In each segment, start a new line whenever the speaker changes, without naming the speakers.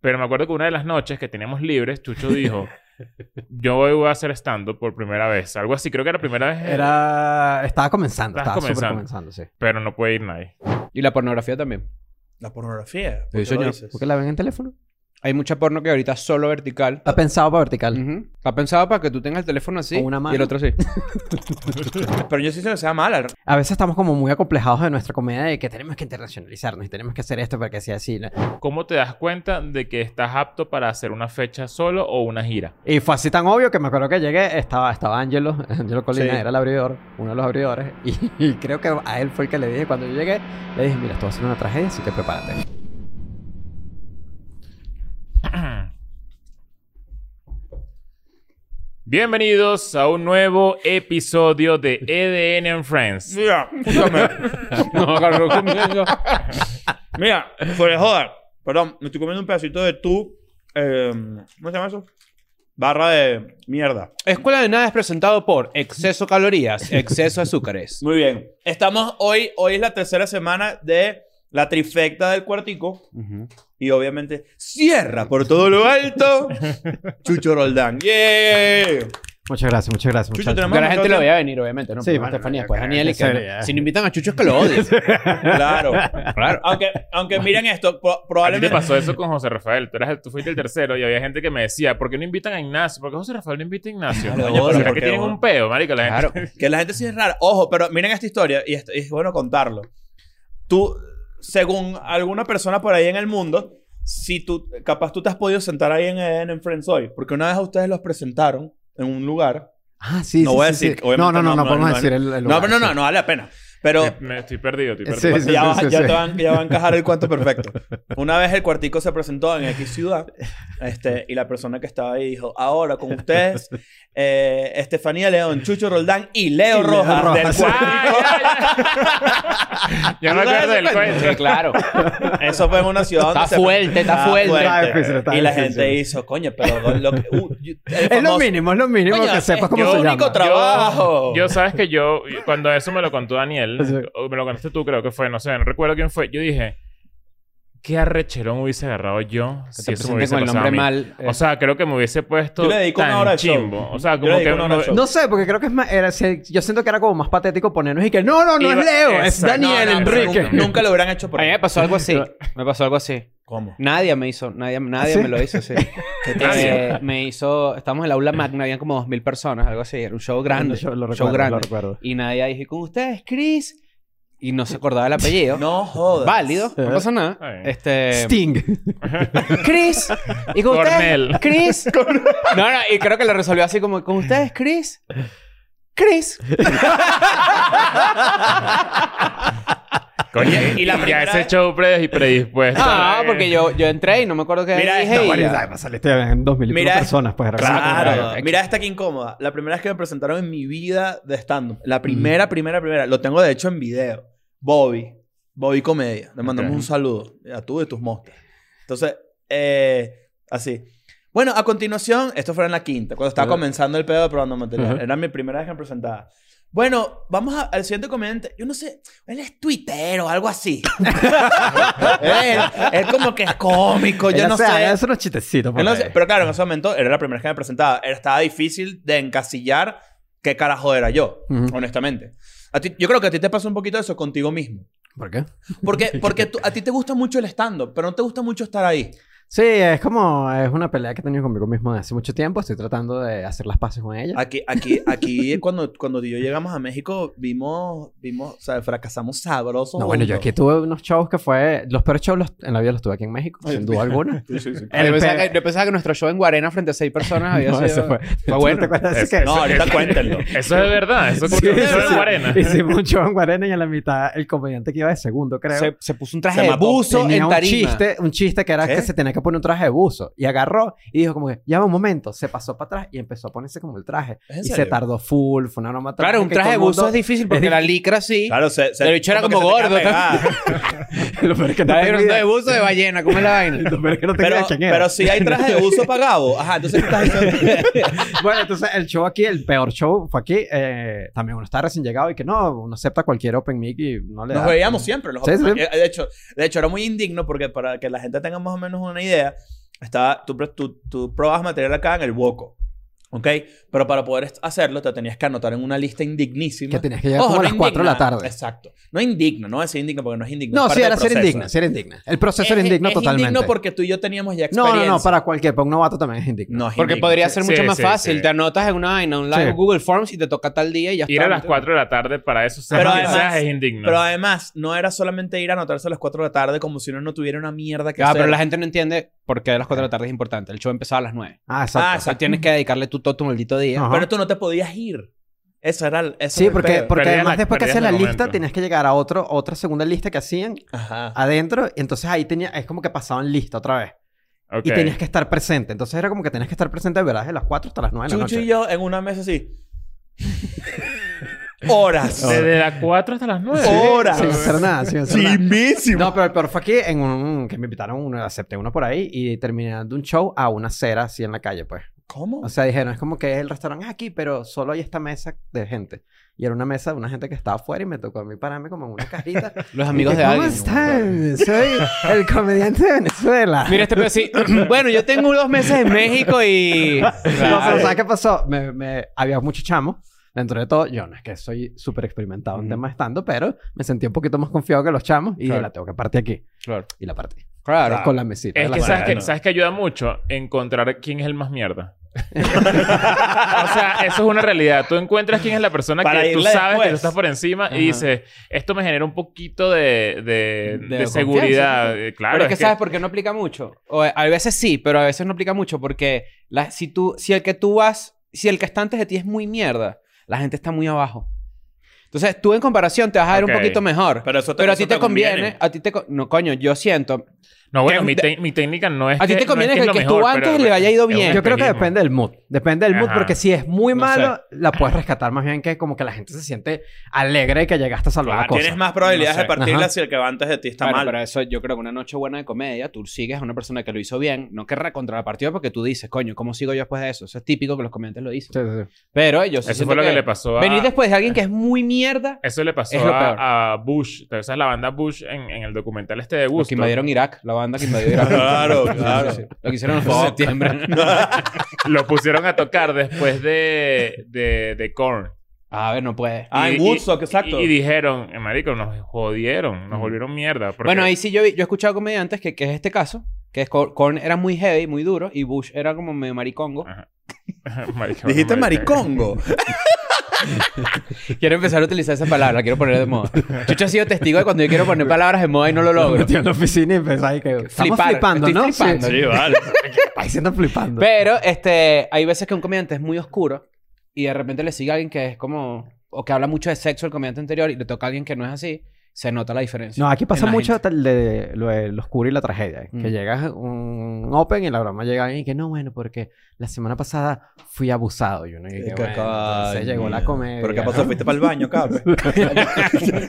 Pero me acuerdo que una de las noches que teníamos libres, Chucho dijo, yo hoy voy a hacer stand-up por primera vez. Algo así, creo que era la primera vez.
Era... Estaba comenzando.
Estabas
Estaba súper
comenzando.
comenzando, sí.
Pero no puede ir nadie.
Y la pornografía también.
La pornografía. ¿por qué
Sí,
lo
señor.
dices?
¿Por qué la ven en teléfono?
Hay mucha porno que ahorita es solo vertical.
Está pensado para
Mm.
vertical.
Ujú. Está pensado para que tú tengas el teléfono así
Con una mano.
y el otro así.
Pero yo sí se lo sea mala.
A veces estamos como muy acomplejados de nuestra comedia de que tenemos que internacionalizarnos y tenemos que hacer esto para que sea así. ¿no?
¿Cómo te das cuenta de que estás apto para hacer una fecha solo o una gira?
Y fue así tan obvio que me acuerdo que llegué, estaba, estaba Angelo, Angelo Colina
Sí.
era el abridor, uno de los abridores, y, y creo que a él fue el que le dije cuando yo llegué, le dije, mira, esto va a ser una tragedia, así que prepárate.
Bienvenidos a un nuevo episodio de EDN and Friends.
Mira, escúchame.
No, agarró comiendo.
Mira, fuera de joda. Perdón, me estoy comiendo un pedacito de tu. eh, ¿Cómo se llama eso? Barra de mierda.
Escuela de Nada es presentado por exceso calorías, exceso azúcares.
Muy bien. Estamos hoy, hoy es la tercera semana de la trifecta del cuartico.
Ujú.
Y obviamente cierra por todo lo alto Chucho Roldán. ¡Yeah!
Muchas gracias, muchas gracias.
Chucho,
muchachos.
tenemos-
Porque la gente lo veía venir, obviamente, ¿no?
Sí,
Primero
bueno,
Estefanía,
ya,
después
ya,
Daniel y
ya,
que-
ya.
Si no invitan a Chucho es que lo odies.
Claro.
claro.
Aunque, aunque miren esto, pro-
A ti te
probablemente.
pasó eso con José Rafael. Tú, eras el- tú fuiste el tercero y había gente que me decía, ¿por qué no invitan a Ignacio? ¿Por qué José Rafael no invita a Ignacio?
Claro,
Coño,
porque
¿Será que tienen
bueno.
un peo, marico? La gente-
Claro.
Que la gente sí es rara. Ojo, pero miren esta historia y esto- y es bueno contarlo. Tú, según alguna persona por ahí en el mundo, si tú, capaz tú te has podido sentar ahí en EDN en Friends hoy, porque una vez a ustedes los presentaron en un lugar.
Ah, sí,
No
sí,
voy a
sí, sí.
decir,
No,
obviamente,
no, no, no
no, no,
podemos
no,
decir el, el
no,
lugar,
pero no,
sí.
no, no vale la pena. Pero
Eh, Me, me estoy perdido, estoy
Sí,
perdido.
sí.
ya, va- ya
sí.
te van, ya va a encajar el cuento perfecto. Una vez el cuartico se presentó en X ciudad este, y la persona que estaba ahí dijo, ahora con ustedes, eh, Estefanía León, Chucho Roldán y Leo
Y Leo
Rojas,
Rojas.
del
Ah,
cuartico.
ya, ya, ya. Ya me acuerdo del cuento.
Sí, claro.
Eso fue en una ciudad donde Ah,
Está fuerte, está fuerte.
Está difícil, está
y la
difícil.
gente hizo, coño, pero lo que- uh, yo- el
Es lo
famoso-
mínimo, es lo mínimo
Coño,
que sepas
es
cómo
yo
se
único
llama.
tra- ¡Trabajo!
Yo, yo sabes que yo, cuando eso me lo contó Daniel,
Sí.
o me lo contaste tú, creo que fue, no sé, no recuerdo quién fue. Yo dije, ¿qué arrecherón hubiese agarrado yo si
te
eso me
presentes
hubiese
con el
pasado a
nombre
mí?
mal. eh.
O sea, creo que me hubiese puesto
Yo le dedico una
tan
hora de show.
chimbo. O sea,
Yo
como
le
que
dedico una hora de
me-
show.
No sé, porque creo que es más... Era, se- yo siento que era como más patético ponernos y que... No, no, no
Iba-
es Leo, es
Exacto.
Daniel
No, no,
pero
Enrique.
nun- Nunca lo hubieran hecho por
a mí
ahí.
me pasó algo así. Me pasó algo así.
¿Cómo?
Nadie me hizo, nadie, nadie
¿Sí?
me lo hizo, sí.
Nadie.
Eh, me hizo, estábamos en el aula magna, habían como dos mil personas, algo así, era un show grande,
Yo lo
show
recuerdo,
grande.
lo recuerdo.
y nadie ahí dijo, ¿con ustedes, Chris? Y no se acordaba el apellido.
No jodas.
Válido,
Eh.
no pasa nada.
Está bien.
Este,
Sting.
Chris, ¿y con
Cornell.
ustedes, Chris? No, no, y creo que lo resolvió así como, ¿con ustedes, Chris? Chris.
Coño, y,
la
ya
primera
ese
vez-
show pre- predispuesto.
Ah,
Eh,
porque yo, yo entré y no me acuerdo qué
Mira
dije.
esto,
y-
María.
Exacto, saliste este, en dos mil y pico
Mira,
personas, pues. era como-
Claro.
Claro.
Mira esta que incómoda. La primera vez que me presentaron en mi vida de stand-up.
Mm.
La primera, primera, primera. Lo tengo de hecho en video. Bobby. Bobby Comedia. Le mandamos
Ok.
un saludo a tú y tus monstruos. Entonces, eh, así. Bueno, a continuación, esto fue en la quinta, cuando estaba
Ujú.
comenzando el pedo de probando material.
Ujú.
Era mi primera vez que me presentaba. Bueno, vamos a- al siguiente comediante. Yo no sé, él es tuitero o algo así. él, él como que es cómico, yo
Ella
no
se
sé.
haga eso unos chistecitos, pues". por
Yo no sé,
ahí.
pero claro, en ese momento era la primera vez que me presentaba. Era- Estaba difícil de encasillar qué carajo era yo,
Ujú.
honestamente. A ti- yo creo que a ti te pasa un poquito eso contigo mismo.
¿Por qué?
Porque, porque tú- a ti te gusta mucho el stand-up, pero no te gusta mucho estar ahí.
Sí, es como... Es una pelea que he tenido conmigo mismo desde hace mucho tiempo. Estoy tratando de hacer las paces con ella.
Aquí, aquí, aquí cuando, cuando tú y yo llegamos a México, vimos, vimos, o sea, fracasamos sabrosos.
No, bueno, yo aquí tuve unos shows que fue... Los peores shows los- en la vida los tuve aquí en México, sin duda alguna.
Yo
El
pensaba,
pe-
que, yo pensaba que nuestro show en Guarena frente a seis personas Ah, había
No,
sido...
ese fue. ¿Tú no
bueno.
te acuerdas
Ese-
que-
No, ahorita cuéntenlo.
Eso es verdad. Eso es
Sí,
como que
sí,
eso
sí.
es Guarena.
Hicimos un show en Guarena y a la mitad el comediante que iba de segundo, creo.
Se, se puso un traje
Se
de
mató.
buzo
tenía
en
un
tarima.
chiste, un chiste que era
¿Qué?
que se tenía que poner un traje de buzo. Y agarró y dijo como que, ya va un momento. Se pasó para atrás y empezó a ponerse como el traje.
¿Es en
Y se
serio?
tardó full, fue una broma tan
Claro, un
que todo
traje de
el
buzo
mundo-
es difícil porque
es
la licra sí.
Claro, se, se,
El bicho era como
que se te
gordo,
queda pegada.
Lo peor es que no
Está
tengo
hablando de
idea-
buzo de ballena, ¿cómo es la vaina?
Lo peor es que no tengo
Pero,
idea quién era.
pero si hay traje de uso para Gabo. Ajá, entonces ¿qué estás diciendo?
Bueno, entonces el show aquí, el peor show fue aquí. eh, también uno está recién llegado y que no, uno acepta cualquier open mic y no le
Nos
da-
veíamos siempre. los
Sí, sí.
Eh, De, hecho, de hecho, era muy indigno porque para que la gente tenga más o menos una idea, estaba, tú, pro- tú, tú probabas material acá en el Woco. ¿Ok? Pero para poder est- hacerlo, te tenías que anotar en una lista indignísima.
Que tenías que llegar como a
no
las 4 de la
indigna.
tarde.
Exacto. No indigno, no voy a decir indigno porque no es indigno.
No,
es
sí,
parte
era
del
ser
proceso.
indigna, ser indigna. El proceso era
Es-
indigno
es
totalmente.
indigno porque tú y yo teníamos ya
no,
experiencia.
no, no, para cualquier, para un novato también es indigno.
No, es
Porque
indigno.
podría ser
Sí,
mucho
sí,
más
sí,
fácil.
sí.
Te anotas en una vaina online,
Sí.
en Google Forms y te toca tal día y ya
Ir
está.
a las 4 de la tarde para eso seas
Pero
quien
además-
seas, es indigno.
Pero además, no era solamente ir a anotarse a las 4 de la tarde como si uno no tuviera una mierda que
Ah,
hacer.
pero la gente no entiende por qué a las 4 de la tarde es importante. El show empezaba a las 9.
Ah, exacto.
Ah,
O sea, tienes que dedicarle tu toto maldito día.
Ajá.
Pero tú no te podías ir. Eso era el. eso
Sí,
era el
porque,
pedo.
porque
Perdías
además
la-
después que
perdías
hacías la
el
lista
momento.
tenías que llegar a otro, otra segunda lista que hacían
Ajá.
Ah, adentro. Entonces ahí tenía, es como que pasaban lista otra vez.
Ok.
Y tenías que estar presente. Entonces era como que tenías que estar presente ¿verdad? de las 4 hasta las 9 de la
Chucho y
noche.
yo en una mesa así. Horas.
Oh.
Desde las 4 hasta las 9.
Oh,
Horas.
Sin hacer nada, sin hacer nada.
Chimbísimo.
No, pero el peor fue que, en un, que me invitaron, uno, acepté uno por ahí y terminé dando un show a una cera así en la calle, pues.
¿Cómo?
O sea, dijeron, es como que el restaurante es aquí, pero solo hay esta mesa de gente. Y era una mesa de una gente que estaba afuera y me tocó a mí pararme como en una cajita.
Los amigos
Y que,
de
¿Cómo
alguien.
están? Soy el comediante de Venezuela.
Mira este pedo así. bueno, yo tengo dos meses en México y...
No, pero ¿sabes qué pasó? Me, me- había muchos chamos. Dentro de todo, yo no es que soy súper experimentado en
Ujú.
temas estando, pero me sentí un poquito más confiado que los chamos y dije,
Claro.
la tengo que partir aquí.
Claro.
Y la partí.
Claro.
Con la mesita.
Es
la
que
mano.
sabes, que
Bueno.
sabes que ayuda mucho encontrar quién es el más mierda. o sea, eso es una realidad. Tú encuentras quién es la persona
Para
que tú
irle
sabes que
después.
tú estás por encima
Ajá.
y dices, esto me genera un poquito de, de-
De
de
confianza,
seguridad.
¿no?
Eh, Claro.
pero es que,
es que-
sabes por qué no aplica mucho. O, eh, a veces sí, pero a veces no aplica mucho porque la- si tú, si el que tú vas, si el que está antes de ti es muy mierda, la gente está muy abajo. Entonces tú en comparación te vas a ver
Ok.
un poquito mejor. Pero,
Pero eso
a ti
eso
te, conviene, a ti te co- no coño, yo siento.
No, bueno,
que-
mi, te- mi técnica no es
A ti
que- no
te
es
conviene
que es
que el
lo
que
mejor,
estuvo antes
pero
le haya ido
es un
bien.
Yo creo que
espejismo.
depende del mood. Depende del mood
Ajá.
porque si es muy
No
malo, la puedes rescatar más bien que como que la gente se siente alegre y que llegaste a salvar la
Claro,
cosa.
Ah, Tienes más probabilidades
No sé.
de partirla
Ajá.
si el que va antes de ti está
Bueno,
mal.
pero eso yo creo que una noche buena de comedia, tú sigues a una persona que lo hizo bien, no querrá contra la partida porque tú dices, coño, ¿cómo sigo yo después de eso? Eso es típico que los comediantes lo dicen.
Sí, sí, sí.
Pero ellos
Eso fue lo que le pasó a...
Venir después de alguien que es muy mierda,
Eso le pasó
Es lo peor.
a, a Bush. Entonces, la banda Bush en, en el documental este de
los
Gusto.
que invadieron Irak, la banda que invadió Irak.
Claro,
Sí, sí,
claro.
sí. Lo que hicieron en
Fuck.
septiembre.
Lo pusieron a tocar después de, de, de Korn.
A ver, no puede.
ah, en Woodstock, exacto.
Y, y dijeron, eh, marico, nos jodieron, nos
Mm.
volvieron mierda. porque-
Bueno, ahí sí yo, vi- yo he escuchado comediantes que, que es este caso, que es Cor- Korn era muy heavy, muy duro, y Bush era como medio maricongo.
Ah.
Ajá. Marico,
Dijiste
marico.
maricongo.
Quiero empezar a utilizar esa palabra, la quiero poner de moda. Chucho ha sido testigo de cuando yo quiero poner palabras de moda y no lo
Me
logro.
metí en la oficina y empecé ahí que... Estamos
Flipar.
flipando,
Estoy
¿no?
flipando.
Sí.
vale.
Ahí se andan flipando.
Pero este, hay veces que un comediante es muy oscuro y de repente le sigue a alguien que es como. o que habla mucho de sexo el comediante anterior y le toca a alguien que no es así, se nota la diferencia.
No, aquí pasa
en la
mucho
gente.
tal de lo, de lo oscuro y la tragedia. ¿eh?
Mm.
Que llegas a un open y la broma llega alguien y que no, bueno, porque la semana pasada fui abusado. Y uno y que, bueno, entonces llegó la comedia.
¿Pero qué
¿no?
pasó? ¿Fuiste para el baño, cabrón?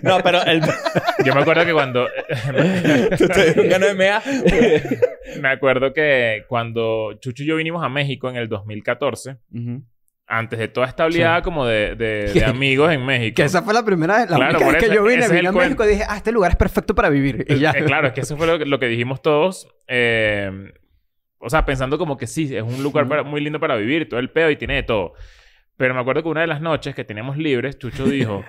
no, pero el...
Yo me acuerdo que cuando...
Tú te dio un gano de mea.
me acuerdo que cuando Chucho y yo vinimos a México en el 2014,
Ujú.
antes de toda esta oleada como de, de- de amigos en México.
Que esa fue la primera vez, la
Claro,
única
por
vez que
eso-
yo
ese
vine,
es
vine
el
a
cuento.
México y dije, ah, este lugar es perfecto para vivir. Y ya.
Eh, claro, es que eso fue lo que, lo que dijimos todos. eh, o sea, pensando como que sí, es un lugar para- muy lindo para vivir, todo el pedo y tiene de todo. Pero me acuerdo que una de las noches que teníamos libres, Chucho dijo,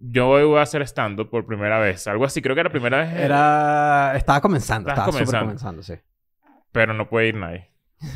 yo hoy voy a hacer stand-up por primera vez. Algo así, creo que era la primera vez.
Era... Estaba comenzando,
Estabas
estaba súper
comenzando.
comenzando, sí.
Pero no puede ir nadie.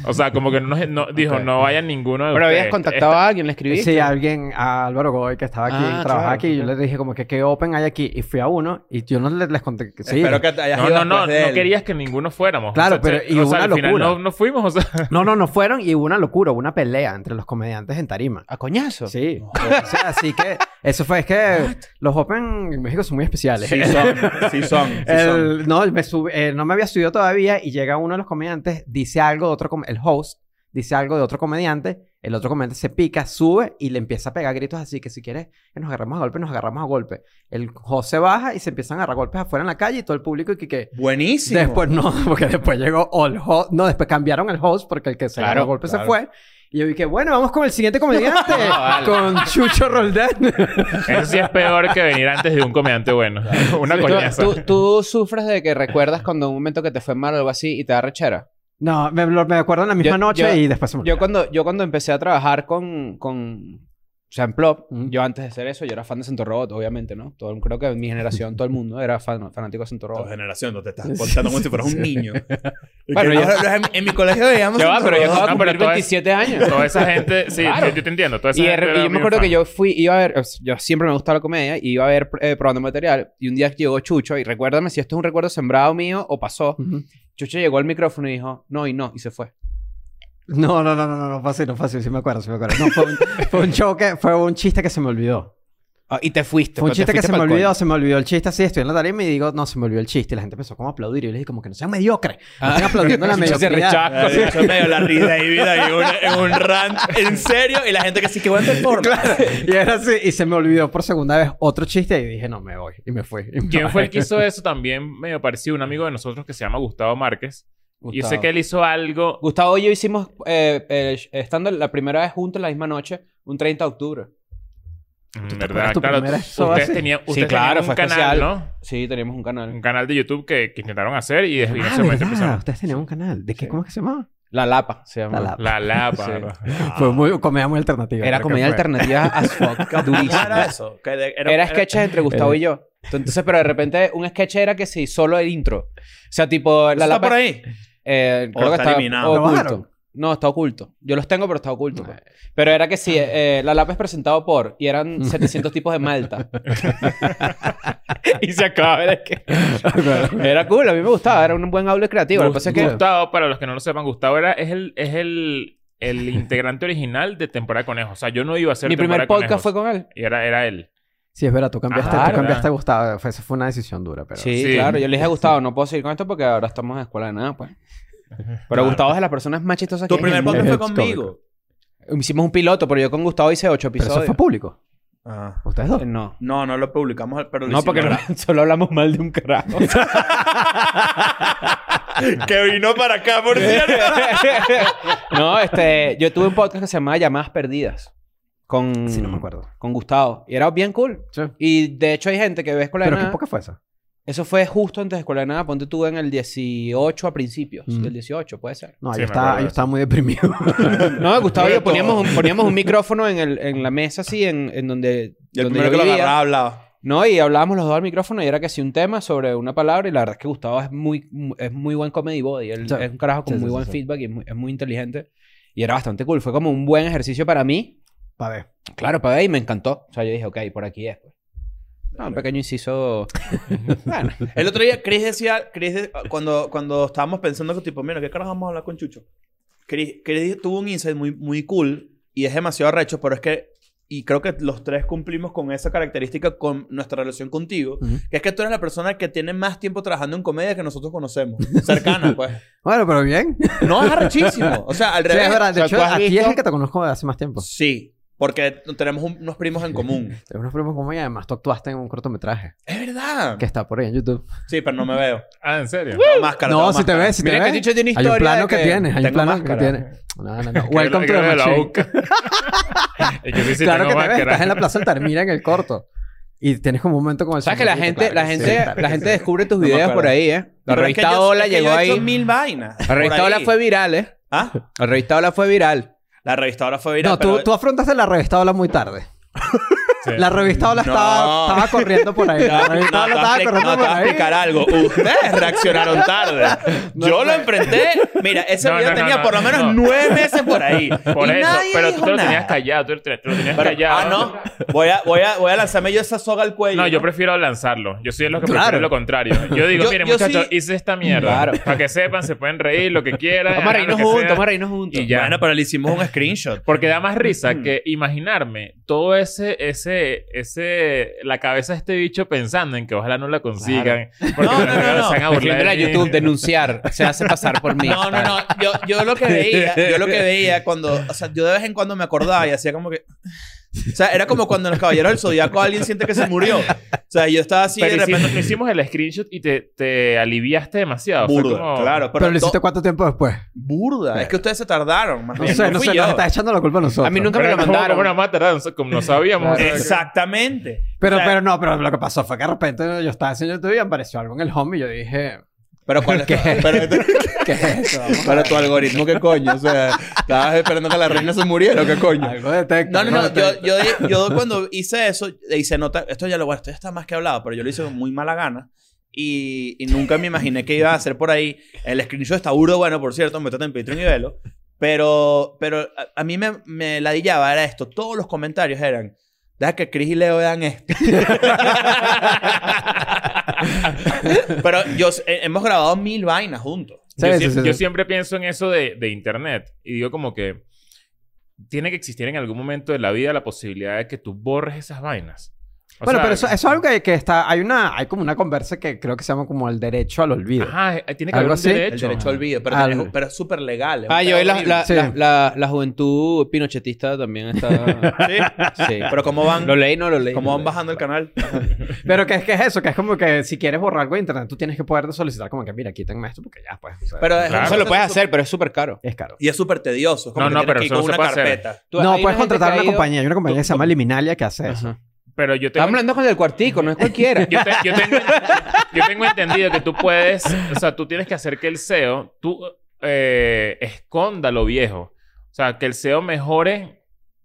O sea, como que no, nos- no- dijo,
Ok.
no vaya ninguno de
Pero habías
ustedes.
contactado a alguien, le escribiste.
Sí, alguien, a Álvaro Godoy, que estaba aquí,
Ah,
trabajaba
claro,
aquí, y yo
ok.
le dije como que qué open hay aquí. Y fui a uno y yo no les, les conté. que- Sí,
Espero que te hayas
No, no,
ido
no.
pues
después de
No
él.
querías que ninguno fuéramos.
Claro,
O sea,
pero-
che,
y
o sea,
una
al final
locura.
no, no fuimos. O sea,
No, no, no fueron y hubo una locura, hubo una pelea entre los comediantes en tarima.
¿A coñazo?
Sí, o sea, así que eso fue, es que los Open en México son muy especiales.
Sí son, sí son, sí son.
El- no, me sub- eh, no me había subido todavía y llega uno de los comediantes, dice algo de otro, com- el host dice algo de otro comediante, el otro comediante se pica, sube y le empieza a pegar gritos así que si quieres que nos agarramos a golpe, nos agarramos a golpe. El host se baja y se empiezan a agarrar golpes afuera en la calle y todo el público y que... que
Buenísimo.
Después no, porque después llegó o el host. No, después cambiaron el host porque el que se
Claro,
ganó el golpe
claro. Ah,
se fue. Y yo dije, bueno, vamos con el siguiente comediante,
vale.
con Chucho Roldán.
eso sí es peor que venir antes de un comediante bueno. Una
¿Tú,
coñaza.
tú, tú sufres de que recuerdas cuando un momento que te fue mal o algo así y te da rechera.
No, me, lo- me acuerdo en la misma
Yo-
noche
yo-
y después se me
Yo
olvidó.
cuando, yo cuando empecé a trabajar con, con o sea, en Plop,
Ujú.
yo antes de hacer eso, yo era fan de Santo Robot, obviamente, ¿no? Todo, creo que mi generación, todo el mundo era fan, fanático de Santo
Tu
Robot.
generación, no te estás contando como si fueras un niño.
Bueno,
bueno,
yo-
en, en mi colegio veíamos.
Ya va, Ah, pero yo estaba
No,
a
Ah, pero
cumplir
todas-
27 años.
Toda esa gente, sí,
Claro.
yo, yo te entiendo. Toda esa
Y, de
gente
re-
era
y yo
bien
me acuerdo
fan.
que yo fui, iba a ver, yo siempre me gustaba la comedia, y iba a ver eh, probando material, y un día llegó Chucho, y recuérdame si esto es un recuerdo sembrado mío o pasó.
Ujú.
Chucho llegó al micrófono y dijo, no, y no, y se fue.
No, no, no, no, no, no fue así, no fue así, sí me acuerdo, sí me acuerdo. No, fue un, fue un choque, fue un chiste que se me olvidó.
Ah, y te fuiste.
Fue un
pero te
chiste que
fuiste
se me
pa'l
olvidó,
coño.
se me olvidó el chiste así, estoy en la tarima y digo, no, se me olvidó el chiste. Y la gente empezó como a aplaudir y yo les dije como que no sean mediocres,
Ah.
no estén aplaudiendo la
Chucho se
mediocridad.
rechaza.
Eso es medio la risa y vida y un, en un rant en serio y la gente que sí que va en forma.
Y era así, y se me olvidó por segunda vez otro chiste y dije, no, me voy. Y me fui. Y me
¿Quién fue el
bajé.
que hizo eso? También me pareció un amigo de nosotros que se llama Gustavo Márquez. Y yo sé
Gustavo.
que él hizo algo.
Gustavo y yo hicimos, eh, eh, estando la primera vez juntos la misma noche, un 30 de octubre.
Mm,
acuerdas
¿Verdad?
tu
Claro,
primera soba
ustedes
así?
tenían,
Sí,
ustedes
claro,
tenían
fue
un canal,
especial.
¿no?
Sí, teníamos un canal.
Un canal de YouTube que, que intentaron hacer y desde
Ah,
ese momento
¿verdad?
empezaron.
Ustedes tenían un canal. ¿De qué?
Sí.
¿Cómo es que se llamaba?
La Lapa se
La
llama.
Lapa.
La lapa.
Sí.
Fue muy, comedia muy alternativa.
Ah. Era
creo que
comedia
fue.
alternativa as fuck,
¿Cómo era
durísima.
eso? Que de-
Era sketches entre Gustavo y yo. Entonces, pero de repente un sketch era que sí, solo el intro. O sea, tipo,
¿Eso
la
está por
Lapa...
ahí?
eh,
O
creo que
está
está
eliminado.
¿Lo
oculto.
bajaron?
No, está oculto. Yo los tengo, pero está oculto. pues. Pero era que sí, eh, la Lapa es presentado por, y eran 700 tipos de Malta. y se acaba de que... Era cool, a mí me gustaba, era un buen outlet creativo. Lo que pasa es que
Gustavo, para los que no lo sepan, Gustavo era, es el, es el, el integrante original de Temporada Conejos. O sea, yo no iba a ser
mi primer podcast fue con él.
Y era, era él.
Sí, es verdad, tú cambiaste,
Ah,
tú
¿verdad?
cambiaste a Gustavo. Fue, eso fue una decisión dura, pero.
Sí,
Sí.
claro. Yo le dije a Gustavo, no puedo seguir con esto porque ahora estamos en escuela de nada, pues. Pero Gustavo es de las personas más chistosas
Tu
que hay en
primer
el
podcast fue
es
conmigo.
mundo. Hicimos un piloto, pero yo con Gustavo hice ocho
Pero eso
episodios. Eh,
fue público.
Ah.
Ustedes dos.
No.
No, no lo publicamos, pero lo
No,
hicimos,
porque
¿verdad?
solo hablamos mal de un carajo.
que vino para acá, por cierto.
no, este... Yo tuve un podcast que se llamaba Llamadas Perdidas. Con...
Sí, no me acuerdo.
Con Gustavo. Y era bien cool.
Sí.
Y de hecho hay gente que ve Escuela de
¿Pero qué
Nada.
época fue esa?
Eso fue justo antes de Escuela de Nada. Ponte tú en el 18 a principios.
Mm.
Del 18, puede ser.
No,
Sí,
yo,
me
estaba,
acuerdo
yo
de
estaba muy deprimido.
No, Gustavo y yo
Sobre todo.
poníamos un, poníamos un micrófono en, el, en la mesa así, en, en donde,
Y el
donde
primero que
yo
lo
vivía.
agarraba hablaba.
No, y hablábamos los dos al micrófono y era que sí un tema sobre una palabra y la verdad es que Gustavo es muy, mu- es muy buen comedy body. Él
Sí.
es un carajo con
Sí, sí,
muy
sí,
buen
sí.
feedback y es muy, es muy inteligente. Y era bastante cool. Fue como un buen ejercicio para mí.
Pa' ver.
Claro, para ver y me encantó. O sea, yo dije, ok, por aquí es. pues. No, un pequeño inciso. bueno,
El otro día, Chris decía, Chris de- ah, cuando, cuando estábamos pensando que tipo, mira, ¿qué carajo vamos a hablar con Chucho? Chris, Chris tuvo un insight muy, muy cool y es demasiado recho, pero es que, y creo que los tres cumplimos con esa característica con nuestra relación contigo,
Ujú.
que es que tú eres la persona que tiene más tiempo trabajando en comedia que nosotros conocemos, cercana, pues.
Bueno, pero bien. Sí,
No, es arrechísimo. O sea, al
es
revés.
verdad. De
o
hecho,
sea, tú has
a ti
visto-
es el que te conozco de hace más tiempo.
Sí, porque tenemos un- unos primos en común.
Tengo unos primos como ella. Además, tú actuaste en un cortometraje
Es verdad.
que está por ahí en YouTube.
Sí, pero no me veo.
Ah, ¿en serio?
Tengo máscara.
No,
tengo
si te
máscara.
ves, si te
Mira
ves.
que Chicho tiene
hay un
historia
plano
de
que,
que
tienes, hay un
tengo
plano
máscara.
que tienes. No, no, no.
Que era-
Welcome
que
to
era
the
de la
machine.
boca. Y yo sí, sí
Claro que
tengo
te ves.
máscara.
Estás en la Plaza Altamira en el corto. Y tienes como un momento con el
sabes que la
sombrerito,
gente,
claro
la
que sí,
gente,
claro
la
que
gente
sí.
descubre tus
No me
videos
acuerdo.
por ahí, ¿eh? La
Pero es que
revista
yo-
Ola
es que
llegó
yo he
ahí.
hecho mil vainas.
La
por
revista
ahí.
Ola fue viral, ¿eh?
¿Ah?
La revista Ola fue viral.
La revista Ola fue viral.
No, tú,
pero-
tú afrontaste la revista Ola muy tarde.
Sí.
La revista Ola
No.
estaba, estaba corriendo por ahí. La
No,
revista
no,
Ola
te
estaba
voy a expli-
corriendo
no, te
por
voy a
ahí.
explicar algo. Ustedes reaccionaron tarde.
No
Yo
fue.
lo enfrenté. Mira, ese
No,
video
no, no,
tenía
no,
por lo menos
no.
nueve meses por ahí.
Por
y
eso,
nadie
pero tú
dijo
te lo
nada.
tenías callado, tú lo tenías- te lo tenías
Pero-
callado.
ah, no. Voy a, voy, a, voy a lanzarme yo esa soga al cuello.
No, yo prefiero lanzarlo. Yo soy de los que
Claro.
prefieren lo contrario. Yo digo,
Yo-
miren,
yo
muchachos,
sí-
hice esta mierda.
Claro.
Para que sepan, se pueden reír, lo que quieran.
Vamos a
hagan lo
reírnos
que
juntos,
sea.
vamos a reírnos juntos.
Y ya.
Bueno, pero le hicimos un screenshot.
Porque da más risa
Mm.
que imaginarme todo ese, ese, ese, la cabeza de este bicho pensando en que ojalá no la consigan. Porque
No, no, no, no.
se van a burlar
Escribirle
de
a
mí.
YouTube, denunciar, se hace pasar por mí.
No, no, no. Yo, yo lo que veía, yo lo que veía cuando, o sea, yo de vez en cuando me acordaba y hacía como que. O sea, era como cuando en los caballeros del zodiaco alguien siente que se murió. O sea, yo estaba así
Pero
y de
hicimos,
repente.
hicimos el screenshot y te, te aliviaste demasiado. Fue
Burda,
como-
claro.
Pero lo
to-
hiciste cuánto tiempo después.
burda. Es que ustedes se tardaron, más
No
bien.
sé, no
fui
sé,
yo.
nos estás echando la culpa a nosotros.
A mí nunca me
Pero
lo
como-
mandaron.
Como una mata, era, como no sabíamos. o sea, que-
Exactamente.
Pero,
O sea,
pero no, pero lo que pasó fue que de repente yo estaba haciendo YouTube y apareció algo en el home y yo dije,
Pero ¿cuál es tu- pero,
¿Qué es eso?
pero tu algoritmo, ¿qué coño? O sea, estabas esperando que la reina se muriera, ¿qué coño?
Algo detecta.
No, no, no.
algo
Yo,
detecta.
yo, yo cuando hice eso, hice nota. Esto ya lo bueno, esto ya está más que hablado, pero yo lo hice con muy mala gana. Y, y nunca me imaginé que iba a hacer por ahí. El screenshot está burdo, bueno, por cierto, métete en Patreon y velo. Pero, pero a, a mí me, me ladillaba, era esto. Todos los comentarios eran. Deja que Chris y Leo vean esto. pero yo, eh, hemos grabado mil vainas juntos.
Yo,
Sí, sí,
siem-
sí, sí.
yo siempre pienso en eso de, de internet y digo como que tiene que existir en algún momento de la vida la posibilidad de que tú borres esas vainas. O
Bueno,
sea,
pero eso, eso es algo que, que está... Hay una... Hay como una conversa que creo que se llama como el derecho al olvido.
Ajá, eh, tiene que haber un
Algo así.
derecho.
El derecho al olvido, pero,
Al-
tenés- pero es súper legal. es un
Ah, yo
pedo
y la,
horrible.
la,
Sí.
la, la, la juventud pinochetista también está...
Sí,
Sí.
Pero cómo van,
Lo leí, no lo leí.
cómo
no lo
van
leí.
bajando el canal.
Pero que es que es eso, que es como que si quieres borrar algo de internet, tú tienes que poder solicitar como que, mira, quítenme esto porque ya, pues. o sea,
Pero es-
Claro.
Eso lo puedes hacer, pero es súper caro.
es caro.
Y es súper tedioso. es Como
No,
que
no,
tienes
pero
que ir
eso
con
no se
una
puede hacer.
carpeta.
Tú-
no,
hay
puedes
gente que
contratar
ha
una
ido-
compañía. Hay una compañía que se llama Liminalia que hace eso.
Ajá.
Pero yo tengo,
Ah,
Estamos hablando con el cuartico, no es cualquiera.
yo, te- yo tengo, yo tengo entendido que tú puedes, o sea, tú tienes que hacer que el SEO, tú eh, esconda lo viejo. O sea, que el SEO mejore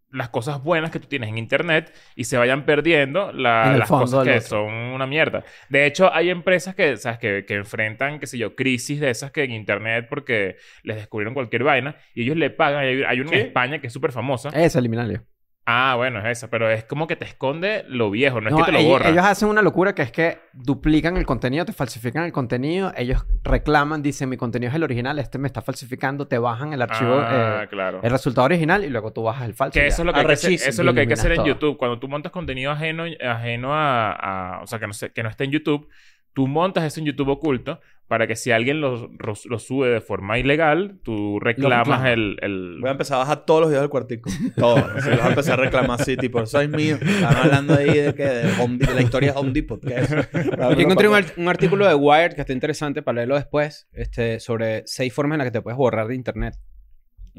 las cosas buenas que tú tienes en internet y se vayan perdiendo la-
En el
las
fondo
cosas
del
que
otro.
son una mierda. De hecho, hay empresas que, ¿sabes? Que, que enfrentan, qué sé yo, crisis de esas que en internet porque les descubrieron cualquier vaina y ellos le pagan. Hay, hay una en
Sí.
España que es súper famosa.
Esa es Liminalia.
Ah, bueno, es esa. Pero es como que te esconde lo viejo. No es que te lo
ellos,
borra.
ellos hacen una locura que es que duplican el contenido, te falsifican el contenido, ellos reclaman, dicen mi contenido es el original, este me está falsificando, te bajan el archivo,
Ah,
eh,
claro.
el resultado original y luego tú bajas el falso.
Que
y
eso es
ya.
lo que hay que hacer, eso
Arrechísimo.
es lo que hay que hacer en
Eliminas todo.
YouTube. Cuando tú montas contenido ajeno, ajeno a, a- O sea, que no, se- que no esté en YouTube, tú montas eso en YouTube oculto para que si alguien lo, ro- lo sube de forma ilegal, tú reclamas
reclamas.
el... el-
Voy a empezar a bajar todos los videos del cuartico. Todos. Se los voy a empezar a reclamar así, tipo, soy mío. Están hablando ahí de que de, Home Depot, de la historia de Home Depot. ¿Qué es?
Yo encontré un, art- un artículo de Wired que está interesante para leerlo después, este, sobre seis formas en las que te puedes borrar de internet.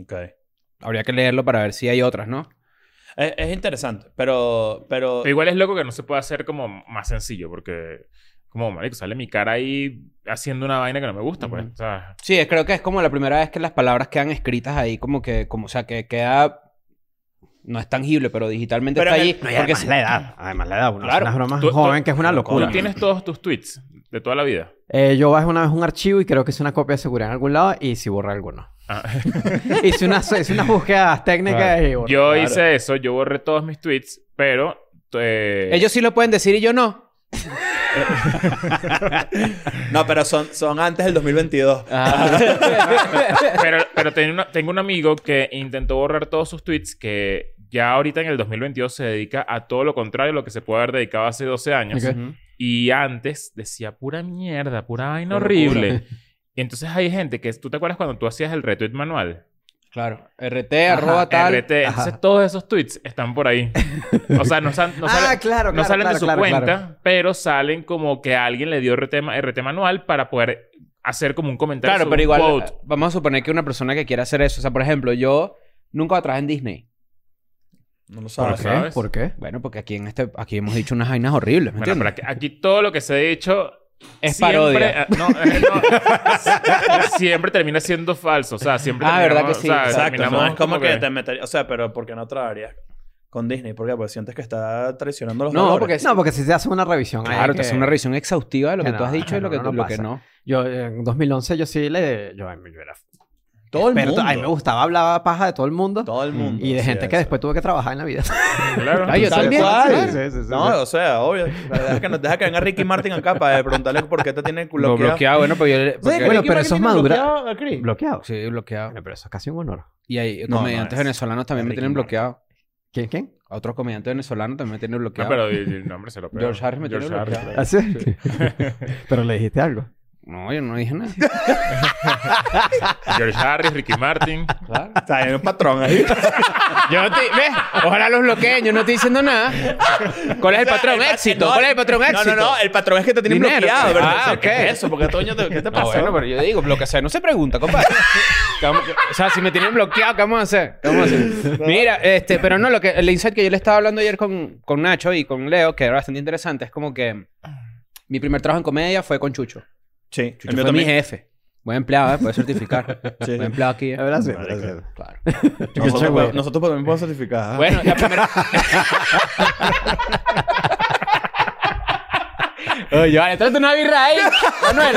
Ok.
Habría que leerlo para ver si hay otras, ¿no?
Es, es interesante, pero... pero
Pero Igual es loco que no se puede hacer como más sencillo porque... Como, marico, sale mi cara ahí haciendo una vaina que no me gusta, pues.
Ujú.
O sea,
Sí, es- creo que es como la primera vez que las palabras quedan escritas ahí, como que, como, o sea, que queda. No es tangible, pero digitalmente
Pero
está
en
ahí.
el-
No, y
porque
además
si-
la edad. Además la edad. Uno
Claro.
claro. unas bromas
Tú- tú-
joven que es una
tú
locura.
tienes todos tus tweets de toda la vida.
Eh, yo bajé una vez un archivo y creo que hice una copia de seguridad en algún lado y sí borré alguno.
Ah.
hice, unas, hice unas búsquedas técnicas
Claro.
y borré.
Yo
claro.
hice eso, yo borré todos mis tweets, pero... eh,
Ellos sí lo pueden decir y yo no.
No, pero son, son antes del 2022.
Ah.
pero pero tengo, una- tengo un amigo que intentó borrar todos sus tweets que ya ahorita en el 2022 se dedica a todo lo contrario a lo que se puede haber dedicado hace 12 años.
Ok.
Ujú.
Y antes decía pura mierda, pura vaina
Qué
horrible. Y entonces hay gente que... ¿Tú te acuerdas cuando tú hacías el retweet manual?
Claro. RT, arroba tal.
RT. Entonces
Ajá.
todos esos tweets están por ahí. O sea, no, sal- no
ah,
salen-
claro, claro.
no salen
claro,
de su
claro,
cuenta,
claro.
pero salen como que alguien le dio RT, ma- RT manual para poder hacer como un comentario.
Claro,
sobre
pero
un
igual
quote.
eh, vamos a suponer que una persona que quiera hacer eso, o sea, por ejemplo, yo nunca trabajé en Disney.
No lo
¿Por
sabes.
qué?
¿sabes?
¿Por qué?
Bueno, porque aquí en este aquí hemos dicho unas vainas horribles, ¿me
Bueno, pero
entiendes?
aquí, aquí todo lo que se ha dicho
Es
siempre-
parodia.
eh, no, eh, no. siempre termina siendo falso. O sea, siempre.
Ah,
terminamos-
¿verdad que sí?
o sea,
Exacto,
Exacto.
terminamos
No, es como
como
que te meterías... O sea, pero ¿por qué no trabajarías con Disney? ¿Por qué? Porque pues, sientes que está traicionando los
No,
valores.
porque-
No, porque si se hace una revisión. ahí
Claro, te
que-
hace una revisión exhaustiva de lo que,
que
tú
no,
has dicho y
que
lo que,
no, no
lo que
pasa.
no.
Yo en 2011 yo sí le... Yo, yo era
Todo el
experto.
mundo.
A mí me gustaba hablar paja de todo el mundo.
Todo el mundo.
Mm. y de
hacía
gente que
eso.
después tuve que trabajar en la vida.
Claro.
Ay, yo
Tal
también.
cual.
claro.
Sí, sí, sí, sí.
No, o sea, obvio. Deja que, nos- deja que venga Ricky Martin acá para preguntarle por qué te tiene
Lo
bloqueado.
bloqueado, bueno, pero yo... le- porque-
Bueno, pero eso es madura-
bloqueado a Chris?
Bloqueado.
Sí, bloqueado.
Bueno, pero eso es casi un honor.
Y hay
No,
comediantes
no, es-
venezolanos también me
Ricky
tienen
Martin.
bloqueado.
¿Quién? ¿Quién?
A Otros comediantes venezolanos también me tienen
No,
bloqueado.
pero el, el nombre se lo pego.
George Harris me tiene bloqueado.
¿Así? Ah, pero le dijiste algo.
No, yo no dije nada.
Harris. George Harris, Ricky Martin.
Claro.
Está en un patrón ahí.
Yo no te... ¿Ves? Ojalá los bloqueen. Yo no estoy diciendo nada. ¿Cuál es el patrón? éxito. ¿Cuál es el patrón?
No,
éxito.
no, no. El patrón es que te tiene
Dinero.
bloqueado. ¿verdad?
Ah,
O sea, ¿Qué
ok.
es eso? Porque Toño, te- ¿qué
Ah,
te
No,
pasó?
bueno, pero yo digo bloqueo. O sea, no se pregunta, compadre. ¿Qué vamos- qué- o sea, si me tienen bloqueado, ¿qué vamos a hacer? ¿Qué vamos a hacer? Mira, este, pero no, lo que, el insight que yo le estaba hablando ayer con, con Nacho y con Leo, que era bastante interesante, es como que mi primer trabajo en comedia fue con Chucho.
Sí,
Chucho
el mío
fue mi
también.
jefe. Buen empleado, ¿eh? Puedes certificar.
Sí.
Buen empleado aquí. ¿eh?
Es verdad, sí,
Marico.
es verdad.
Claro.
Nosotros,
Chucho, güey.
nosotros también podemos certificar. ¿ah?
Bueno, la primera... Oye, vale, tráete una birra ahí, Manuel.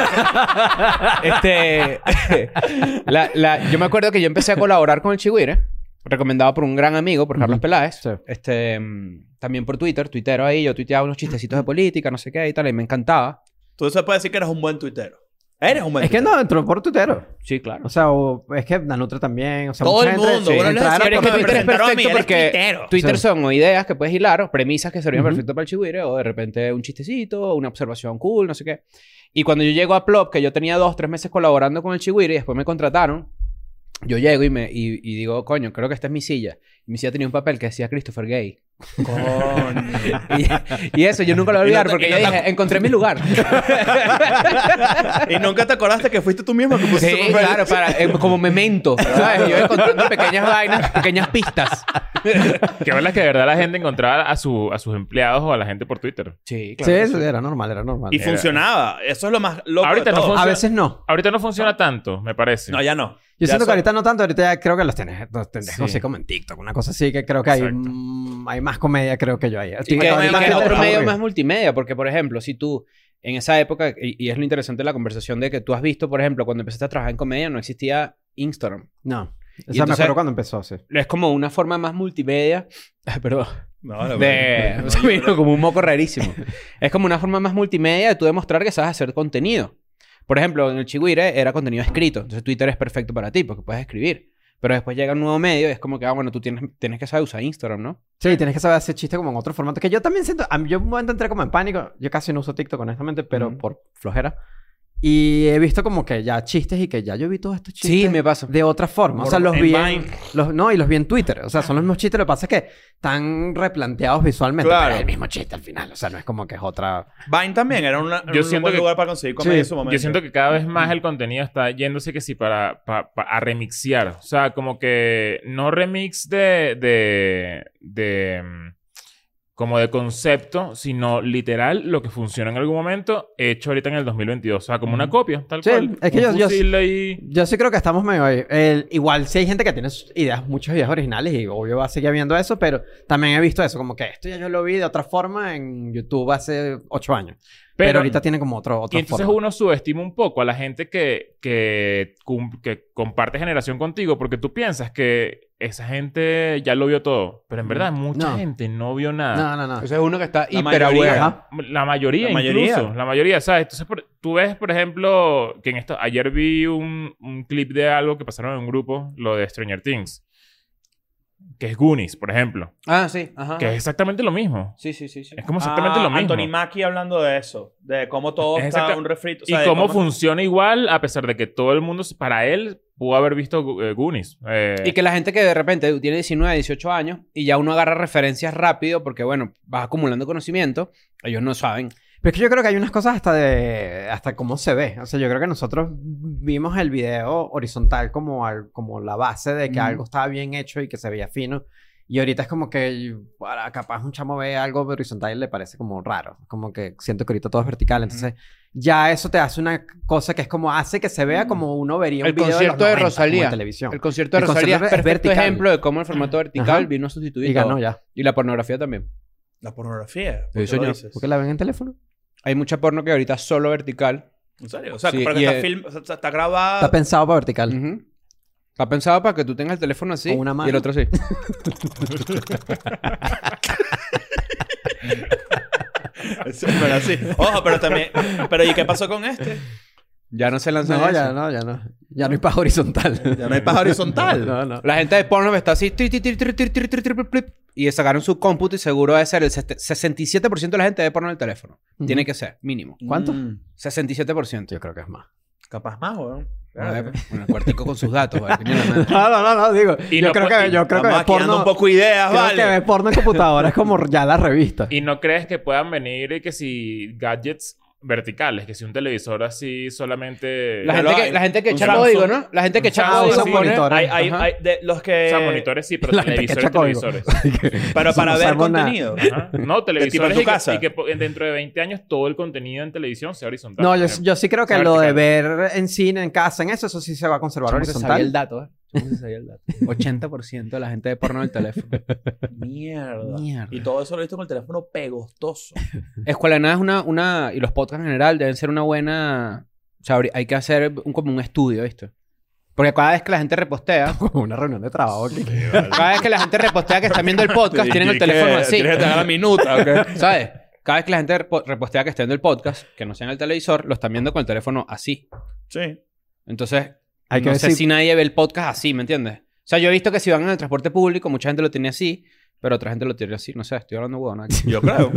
este... la- la- yo me acuerdo que yo empecé a colaborar con el Chihuire. Recomendado por un gran amigo, por Carlos
Ujú.
Peláez.
Sí.
Este... mm, También por Twitter, tuitero ahí. Yo tuiteaba unos chistecitos de política, no sé qué y tal. Y me encantaba.
Tú se puede decir que eres un buen tuitero. Eres un buen
Es que
tuitero.
no, entró por tutero.
Sí, claro.
O sea, o- es que Danutre también. O sea,
Todo
mucha
el
gente-
mundo,
sí,
bueno, les
entraron
decía
Pero es que
Pero me
por-
Twitter es
presentaron a mí,
perfecto porque
eres tuitero.
Twitter
Sí.
son o ideas que puedes hilar, o premisas que serían
Ujú.
perfectas para el chihuire, o de repente un chistecito, o una observación cool, no sé qué. Y cuando yo llego a Plop, que yo tenía dos, tres meses colaborando con el chihuire y después me contrataron, yo llego y, me, y, y digo, coño, creo que esta es mi silla. Y mi silla tenía un papel que decía Christopher Gay.
Coño.
Y, y eso yo nunca lo voy a
Y no
olvidar
te-
porque
y
yo
no te-
dije, encontré mi lugar.
y nunca te acordaste que fuiste tú mismo que pusiste
Sí,
tu papel.
claro, para, eh, como memento, ¿sabes? Yo encontrando pequeñas vainas, pequeñas pistas.
Que verdad que de verdad la gente encontraba a, su, a sus empleados o a la gente por Twitter.
Sí,
Sí, eso era normal, era normal.
Y funcionaba. Eso es lo más loco
Ahorita
de
no
todo.
funciona.
A veces no.
Ahorita no funciona tanto, me parece.
No, ya no.
Yo
Ya
siento
so-
que ahorita no tanto, ahorita ya creo que los tenés, los tendrás, no
Sí.
sé, como en TikTok, una cosa así, que creo que hay,
Exacto.
mm, hay más comedia, creo que yo ahí.
Y que,
Acabo de
y
ver
que
que
es otro
está
medio más multimedia, porque por ejemplo, si tú en esa época, y, y es lo interesante de la conversación de que tú has visto, por ejemplo, cuando empezaste a trabajar en comedia, no existía Instagram.
No. O sea, me
entonces-
acuerdo cuando empezó, sí.
Es como una forma más multimedia, Ay, perdón,
No,
Ah,
la
de,
verdad.
o sea, me vino como un moco rarísimo. es como una forma más multimedia de tú demostrar que sabes hacer contenido. Por ejemplo, en el Chihuire era contenido escrito, entonces Twitter es perfecto para ti, porque puedes escribir. Pero después llega un nuevo medio y es como que, ah, bueno, tú tienes, tienes que saber usar Instagram, ¿no?
Sí, tienes que saber hacer chiste como en otro formato. Que yo también siento. a mí- yo un momento entré como en pánico. Yo casi no uso TikTok, honestamente, pero
Ujú.
por flojera. Y he visto como que ya chistes y que ya yo vi todos estos chistes.
Sí, me pasa.
De otra forma. O sea,
Por-
los
en
vi. En,
Vine.
los, no, y los vi en Twitter. O sea, son los mismos chistes. Lo que pasa es que están replanteados visualmente.
Claro.
Pero es el mismo chiste al final. O sea, no es como que es otra.
Vine también era una-
Yo
un
siento
buen
que-
lugar para conseguir comedia
Sí,
en su momento.
Yo siento que cada vez más el contenido está yéndose que sí para, pa- pa- a remixear. O sea, como que no remix de, de, de, mm, como de concepto, sino literal lo que funciona en algún momento hecho ahorita en el 2022. O sea, como una copia, tal
Sí,
cual.
es que
Un
yo- yo-
fusil ahí.
Yo sí creo que estamos medio ahí. El- igual sí hay gente que tiene sus ideas, muchas ideas originales y obvio va a seguir viendo eso, pero también he visto eso, como que esto ya yo lo vi de otra forma en YouTube hace ocho años. Pero, ahorita tiene como otro,
Y
otra
entonces
forma.
uno subestima un poco a la gente que, que, cum- que comparte generación contigo porque tú piensas que esa gente ya lo vio todo. Pero en verdad, mucha
Mm. No.
gente no vio nada.
No, no, no.
Entonces es uno que está
La
hiper
mayoría.
aware.
Ajá.
La mayoría,
La mayoría.
incluso. La mayoría, ¿sabes? Entonces, por- tú ves, por ejemplo, que en esto... Ayer vi un, un clip de algo que pasaron en un grupo, lo de Stranger Things. Que es Goonies, por ejemplo.
Ah, sí, ajá.
Que es exactamente lo mismo.
Sí, sí, sí, sí.
Es como exactamente
Ah,
lo mismo.
Anthony Mackie hablando de eso. De cómo todo
Es
está
exacta-
un refrito. o
y
sea, de
cómo, funciona igual, a pesar de que todo el mundo, para él, pudo haber visto Go- eh, Goonies. Eh,
Y que la gente que de repente tiene 19, 18 años y ya uno agarra referencias rápido porque, bueno, vas acumulando conocimiento, ellos no saben.
Pero es que yo creo que hay unas cosas hasta de... Hasta cómo se ve. O sea, yo creo que nosotros vimos el video horizontal como, al- como la base de que
Mm.
algo estaba bien hecho y que se veía fino. Y ahorita es como que para, capaz un chamo ve algo horizontal y le parece como raro. Como que siento que ahorita todo es vertical. Entonces ya eso te hace una cosa que es como... Hace que se vea como uno vería un
El
video
concierto
de,
de
los 90, como en
Rosalía.
televisión.
El concierto de
El
Rosalía
concierto
es
es
perfecto
vertical.
ejemplo de cómo el formato vertical
Ajá.
vino a sustituir
Y ganó
todo.
ya.
Y la pornografía también.
La
Sí,
pornografía. ¿por qué lo
señor.
dices?
¿Por qué la ven en teléfono?
Hay mucha porno que ahorita es solo vertical.
¿En serio? O sea,
Sí,
porque
y,
está,
eh,
film- o sea, está grabada.
Está pensado para vertical.
Ujú. Está pensado para que tú tengas el teléfono así
Con una mano.
y el otro así.
Sí, pero sí. Ojo, pero también. Pero ¿y qué pasó con este?
Ya no se lanza
No,
eso.
ya no, ya no. Ya no hay paja horizontal.
Ya no hay paja horizontal.
No, no.
La gente de porno está así. tri, tri, tri, tri, tri, tri, tri, tri, tri, y sacaron su cómputo y seguro debe ser el 67% de la gente de porno en el teléfono.
Ujú.
Tiene que ser, mínimo.
¿Cuánto?
Mm,
67%.
Yo creo que es más.
capaz más, weón.
Bueno, el cuartico con sus datos. vale, coño de la madre.
No, no, no, no, digo.
Y
yo
no
creo
pu-
que, yo creo que
Estamos
ve
aquí dando
porno,
un poco ideas,
creo
vale.
que ve porno en computadora es como ya la revista.
¿Y no crees que puedan venir y que si gadgets verticales, que si un televisor así solamente...
La,
Ya
gente
lo
que,
hay.
la gente que
Un
echa
Samsung.
código, ¿no? La gente que echa
Un Samsung,
código
sí.
pone...
Monitor.
Hay, hay,
Ajá.
hay de los que...
O sea, monitores sí, pero
La gente que
televisores,
echa código.
televisores.
Pero para
No
ver
sabemos nada.
contenido.
Ajá. No, televisores
tu
y que-
casa.
y que, po- dentro de 20 años todo el contenido en televisión sea horizontal.
No, yo,
Por ejemplo.
yo sí creo que
sea
lo de
vertical.
ver en cine, en casa, en eso, eso sí se va a conservar
Chamo, se sabía el
horizontal.
dato, ¿eh? Chamo, se sabía el dato. 80% de la gente de porno en el teléfono.
Mierda.
Mierda.
Y todo eso lo he visto con el teléfono pegostoso.
Escuela de Nada es una, una... Y los podcasts en general deben ser una buena... O sea, habría- hay que hacer un- como un estudio, ¿viste? Porque cada vez que la gente repostea...
Como una reunión de trabajo. aquí.
Cada vez que la gente repostea que están viendo el podcast, tienen el
Y que-
teléfono así.
Tienes que tener la minuta, ¿ok?
¿Sabes? Cada vez que la gente repo- repostea que está viendo el podcast, que no sea en el televisor, lo están viendo con el teléfono así.
Sí.
Entonces,
Hay que
no
ver
sé
si-
si nadie ve el podcast así, ¿me entiendes? O sea, yo he visto que si van en el transporte público, mucha gente lo tiene así, pero otra gente lo tiene así. No sé, estoy hablando huevón aquí.
Yo creo.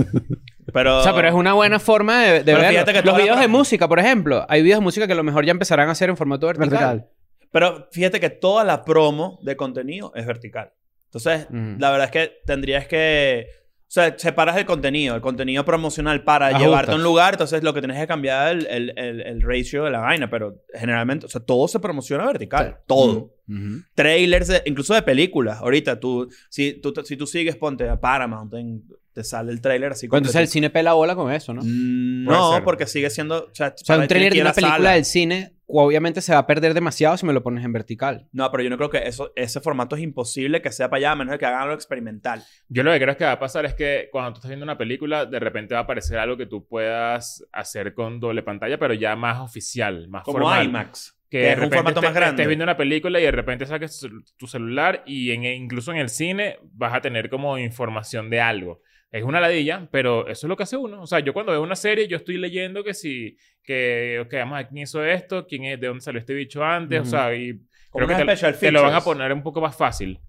Pero...
O sea, pero es una buena forma de, de
Pero
ver
fíjate que
los
toda la
videos de
parte-
música, por ejemplo. Hay videos de música que a lo mejor ya empezarán a hacer en formato vertical.
Vertical.
Pero fíjate que toda la promo de contenido es vertical. Entonces,
Ujú.
la verdad es que tendrías que... O sea, separas el contenido, el contenido promocional para
Ajustas.
llevarte a un lugar. Entonces, lo que tienes es cambiar el, el, el- el ratio de la vaina. Pero generalmente, o sea, todo se promociona vertical. Todo.
Ujú.
Trailers, de- incluso de películas. Ahorita, tú, si tú, si tú sigues, ponte a Paramount, en- te sale el trailer así.
Bueno, entonces el
completo.
cine pela bola con eso, ¿no?
Mm,
Puede
No,
ser.
porque sigue siendo... O sea,
O sea, un trailer de una película del cine obviamente se va a perder demasiado si me lo pones en vertical.
No, pero yo no creo que eso, ese formato es imposible que sea para allá, a menos de que hagan algo experimental.
Yo lo que creo es que va a pasar es que cuando tú estás viendo una película, de repente va a aparecer algo que tú puedas hacer con doble pantalla, pero ya más oficial, más
Como
formal.
IMAX.
Que,
que
de
es un
repente
formato más
estés-
grande.
Estés viendo una película y de repente saques tu cel- tu celular y en, e, incluso en el cine vas a tener como información de algo. Es una ladilla, pero eso es lo que hace uno. O sea, yo cuando veo una serie, yo estoy leyendo que si, que, ok, vamos, ¿quién hizo esto? ¿Quién es, ¿De dónde salió este bicho antes?
Ujú.
O sea, y
Como
creo que
unos
te,
special
te lo van a
features.
poner un poco más fácil.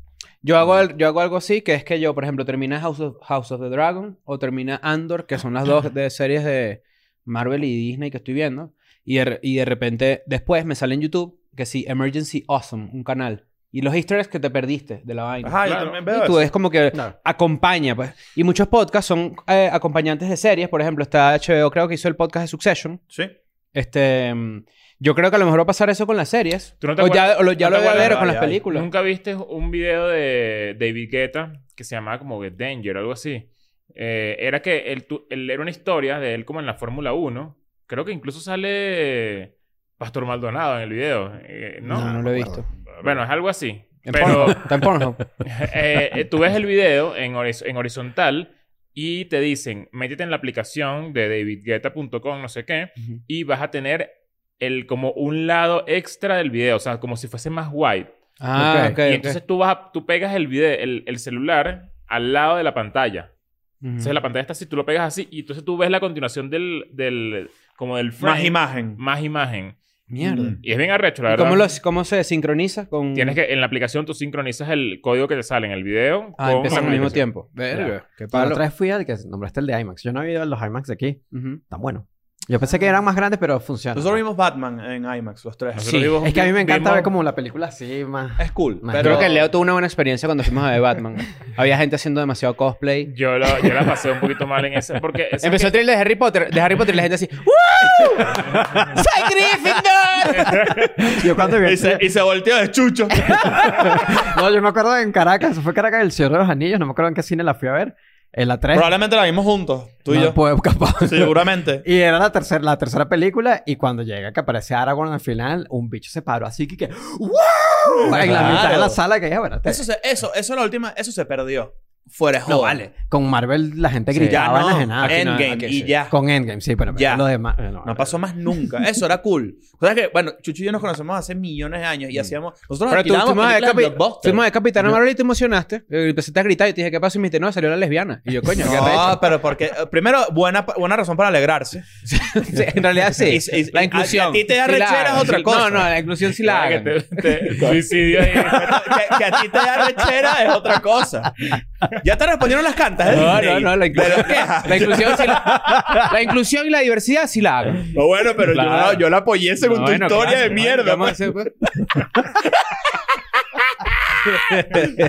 Yo hago, el- yo hago algo así, que es que yo, por ejemplo, termina House of, House of the Dragon o termina Andor, que son las dos de series de Marvel y Disney que estoy viendo. Y de, re- y de repente, después me sale en YouTube que sí, Emergency Awesome, un canal. Y los easter eggs que te perdiste de la vaina.
Ajá, yo
Claro.
también
Y
veo
tú
eso.
es como que
Claro.
acompaña, pues. Y muchos podcasts son eh, acompañantes de series. Por ejemplo, está HBO, creo que hizo el podcast de Succession.
Sí.
Este, mm, yo creo que a lo mejor va a pasar eso con las series.
¿Tú no te
o ya, o lo, ya
no
lo
te
voy a ver
acuerdas?
con las
Ay, ay.
películas.
¿Nunca viste un video de David Guetta que se llamaba como Get Danger o algo así? Eh, era que él, tu- él- era una historia de él como en la Fórmula 1. Creo que incluso sale Pastor Maldonado en el video. eh, ¿no?
No, no, lo he visto.
Bueno, es algo así.
En
Pero
Pornhub. Está en Pornhub.
eh, eh, tú ves el video en, horiz- en horizontal y te dicen, métete en la aplicación de davidguetta.com, no sé qué,
Ujú.
y vas a tener el, como un lado extra del video, o sea, como si fuese más wide.
Ah,
Ok.
ok.
y
ok.
entonces tú vas a- tú pegas el video, el, el celular al lado de la pantalla.
Ujú.
Entonces la pantalla está así, tú lo pegas así y entonces tú ves la continuación del, del como del frame.
Más imagen.
Más imagen.
Mierda.
Mm.
Y es bien arrecho, la
¿Y
verdad.
¿Cómo, los- cómo se sincroniza con...?
Tienes que, en la aplicación tú sincronizas el código que te sale en el video.
Ah, empiezan al
la
mismo
aplicación.
tiempo. Verga. Qué
La
palo.
otra vez fui al que nombraste el de IMAX. Yo no he ido a los IMAX de aquí.
Ujú.
Tan bueno. Yo pensé que eran más grandes, pero funcionan.
Nosotros vimos Batman en IMAX, los tres.
Nosotros vimos-
Es que a mí me encanta
vimos-
ver como la película así más...
Es cool.
Más-
pero-
Creo que Leo tuvo una buena experiencia cuando fuimos a ver Batman. Había gente haciendo demasiado cosplay.
Yo, la- yo la pasé un poquito mal en ese. Porque ese
Empezó el trailer de Harry Potter. De Harry Potter y la gente así... ¡Woo! ¡Soy Gryffindor!
Yo cuando vi el
Y se,
trailer-
y se volteó de chucho.
No, yo me acuerdo en Caracas. Fue Caracas el Cierre de los Anillos. No me acuerdo en qué cine la fui a ver. En la 3.
Probablemente la vimos juntos, tú y
No,
yo.
pues, capaz.
Seguramente.
Y era la tercera, la tercera película y cuando llega que aparece Aragorn al final, un bicho se paró así que... que ¡Wow! En la
Claro.
mitad de la sala que ya, bueno, te-
Eso, se, eso, eso es la última, eso se perdió. Fuera de
No
joda.
vale. Con Marvel la gente
Sí.
Ya
gritaba
no.
enajenada.
Aquí no,
Endgame
aquí
y
sí.
ya.
Con Endgame, sí, pero
Ya.
lo demás... eh, no,
No pasó más nunca. Eso era cool. O sea que, bueno, Chucho y yo nos conocemos hace millones de años y hacíamos.
Mm.
Nosotros
Pero tú
alquilábamos
fuimos a ver
películas
Capi-
de blockbuster.
fuimos a ver Capitana Marvel y te emocionaste. Eh, Empezaste a gritar y te dije, ¿qué pasó? Y me dijiste, no, salió la lesbiana. Y yo, coño, ¿qué
No,
arrecho.
pero porque. eh, Primero, buena, buena razón para alegrarse. pues,
Sí, En realidad sí.
Y- y-
la
a-
inclusión.
a ti te da
Sí la
rechera
hagan.
es otra
Sí, No,
cosa.
no, la inclusión sí la
Claro que
hagan.
te, te- suicidio ahí.
que, que a ti te da rechera es otra cosa. Ya te respondieron las cantas, ¿eh?
No,
Disney?
no, no, la inclusión.
Pero queja.
La inclusión, sí la, la inclusión y la diversidad sí la hago.
No, bueno, pero yo
Claro.
la- yo, la apoyé según
No,
tu
bueno,
historia pues.
claro,
de
¿no?
mierda.
Vamos a
pues.
hacer,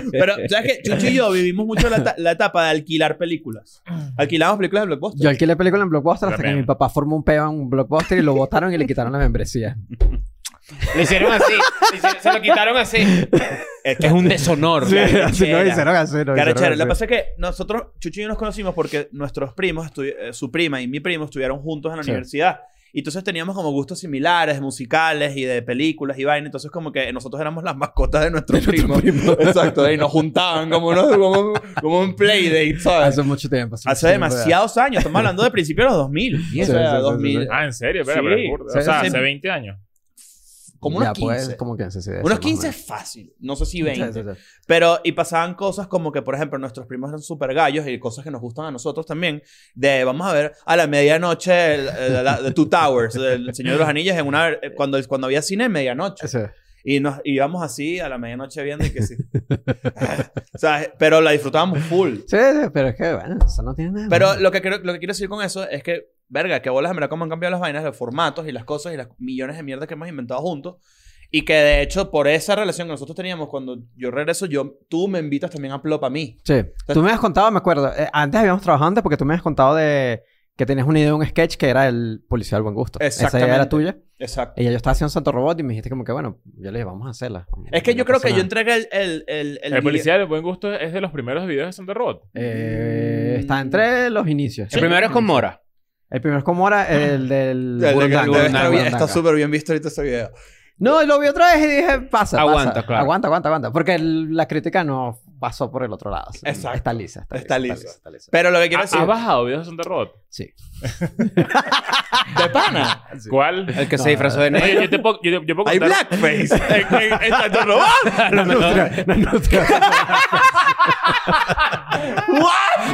pues.
Pero, ¿sabes qué? Chucho y yo vivimos mucho la, eta- la etapa de alquilar películas.
Ah.
Alquilamos películas de Blockbuster.
Yo alquilé película en Blockbuster hasta que
También.
mi papá formó un peo en un Blockbuster y lo botaron y le quitaron la membresía.
Le hicieron así. le hicieron- se lo quitaron así.
Es que
Es un deshonor.
Sí,
la
así no
arrechera.
hicieron así, no
Cara
hicieron
chévere.
así.
Lo que pasa es que nosotros, Chucho y yo nos conocimos porque nuestros primos, estu- eh, su prima y mi primo, estuvieron juntos en la
Sí.
universidad. Y entonces teníamos como gustos similares, musicales y de películas y vaina. Entonces, como que nosotros éramos las mascotas de nuestros primos. Exacto. Y nos juntaban como, unos- como, como un playdate, ¿sabes?
Hace mucho tiempo. pues, mucho
Hace
tiempo,
demasiados años. Estamos hablando de principios de los
Sí,
2000. o
sí, sí,
sea,
sí,
2000.
Ah, en serio, espera,
Sí.
pero es burda.
Sí,
O sea,
sí.
hace 20 años.
Como
Ya,
unos
pues,
15.
como 15, sí, debe ser más
Unos
o
15
menos.
es fácil. No sé si 20.
Sí, sí, sí.
Pero, y pasaban cosas como que, por ejemplo, nuestros primos eran súper gallos y cosas que nos gustan a nosotros también. De, vamos a ver, a la medianoche, el- el- la- de Two Towers, del Señor de los Anillos, en una, eh, cuando, cuando había cine, medianoche.
Sí.
Y nos íbamos así a la medianoche viendo y que sí. o sea, pero la disfrutábamos full.
Sí, sí, pero es que, bueno, eso no tiene nada.
Pero lo que, creo, lo que quiero decir con eso es que, verga, que bolas, en verdad, cómo han cambiado las vainas, los formatos y las cosas y las millones de mierdas que hemos inventado juntos. Y que, de hecho, por esa relación que nosotros teníamos, cuando yo regreso, yo, tú me invitas también a Plop a mí.
Sí. Tú me has contado, me acuerdo. eh, antes habíamos trabajado antes porque tú me has contado de que tenías una idea de un sketch que era el policía del buen gusto. Esa idea
Exactamente.
era tuya.
Exacto.
Y ya yo estaba haciendo Santo Robot y me dijiste como que, bueno, yo le dije, vamos a hacerla.
Es que
No
yo creo
pasa
que yo
nada.
entregué el... El, el, el
El,
video-
policía del buen gusto es de los primeros videos de Santa Robot.
Eh, está entre los inicios.
El primero es con Mora.
El primero es como ahora el del...
el- el- el-
Burundanga,
debe estar bien-
Burundanga.
Está súper bien visto ahorita ese video.
No, lo vi otra vez y dije, pasa, pasa.
Aguanta, claro.
Aguanta, aguanta, aguanta. Porque el- la crítica no pasó por el otro lado. O sea,
Exacto.
Está lisa. Está,
Está
lisa,
lisa.
está lisa.
Pero lo que quiero
Ah, ¿Has
decir...
bajado videos de Santa Robot?
Sí.
¿De pana?
Sí.
¿Cuál?
ah.
El que se disfrazó de
Oye,
negro.
yo, te puedo, yo, te- yo puedo
¿Hay
contar...
blackface? ¿En, en, en Santo Robot?
La nutria, la nutria.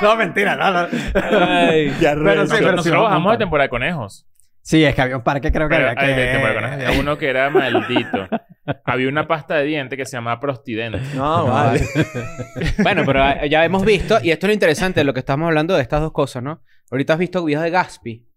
No, mentira, no, no.
Ay.
Ya
Pero
regreso.
sí,
Nosotros,
sí,
nosotros
vamos
bajamos
juntos.
de temporada de conejos.
Sí, es que había un parque, creo que
Pero,
había
ay, de
que...
temporada de conejos. Había uno que era maldito. Había una pasta de dientes que se llamaba Prostidente.
No, vale.
Bueno, pero ah, ya hemos visto, y esto es lo interesante de lo que estamos hablando de estas dos cosas, ¿no? Ahorita has visto videos de Gaspi.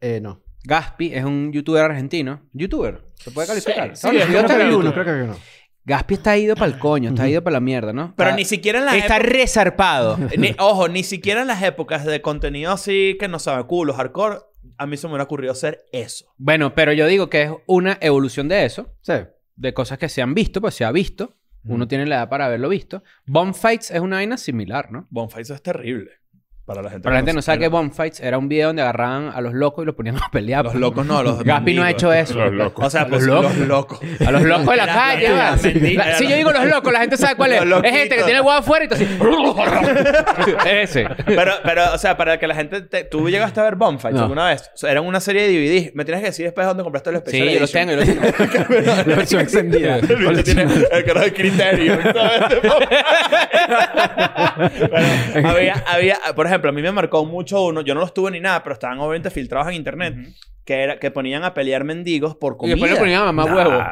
Eh, no.
Gaspi es un youtuber argentino. ¿Youtuber? ¿Se puede calificar?
Sí,
Todos los
es
videos
Creo
creo que
que había
de
había
uno,
otro.
creo que había uno.
Gaspi está ido para el coño, está ido para la mierda, ¿no?
Pero
Está-
ni siquiera en las
Está resarpado.
Ni- ojo, ni siquiera en las épocas de contenido así que no sabe culo, hardcore, a mí se me hubiera ocurrido hacer eso.
Bueno, pero yo digo que es una evolución de eso,
Sí.
de cosas que se han visto, pues se ha visto. Uno
Mm.
tiene la edad para haberlo visto. Bonfights es una vaina similar, ¿no?
Bonfights es terrible. Para la gente
Pero la gente no sabe que
que
Bonfights era un video donde agarraban a los locos y los ponían a pelear.
Los locos no, los
Gaspi no ha
mendigos.
hecho eso.
Los locos.
O sea,
Los
pues,
locos.
los locos.
A los locos de la
Las-
calle.
las-
va.
las mentiras.
La- si yo digo los locos, la gente sabe cuál es.
Los
Es gente que
loquitos.
tiene el huevo afuera y tú así. Ese.
Pero, pero, o sea, para que la gente... te- Tú llegaste a ver Bonfights
No.
alguna vez. O sea, eran una serie de DVDs. Me tienes que decir después dónde compraste los
Sí, yo los tengo, yo los tengo.
Lo he hecho extendida.
El bicho tiene el carajo de criterio. ¿sabes? Bueno, había, había, por ejemplo, a mí me marcó mucho uno. Yo no los tuve ni nada, pero estaban obviamente filtrados en internet. Que, era, que ponían a pelear mendigos por
Y
comida.
después le ponían a mamá
Nah.
huevo.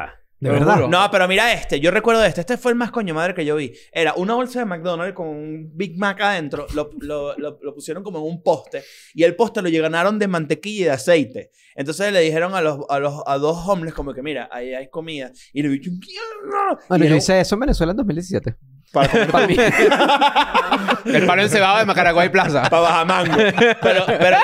De
Lo
verdad.
juro.
No, pero mira este. Yo recuerdo este. Este fue el más coño madre que yo vi. Era una bolsa de McDonald's con un Big Mac adentro. Lo, lo- lo- lo pusieron como en un poste. Y el poste lo llenaron de mantequilla y de aceite. Entonces le dijeron a los, a los a dos hombres como que, mira, ahí hay comida. Y le dije, ¡mierda!
Bueno,
Y
yo
era
hice eso en Venezuela en 2017.
para,
Para mí.
El palo encebado de Macaraguay Plaza.
para Bajamango. Pero, pero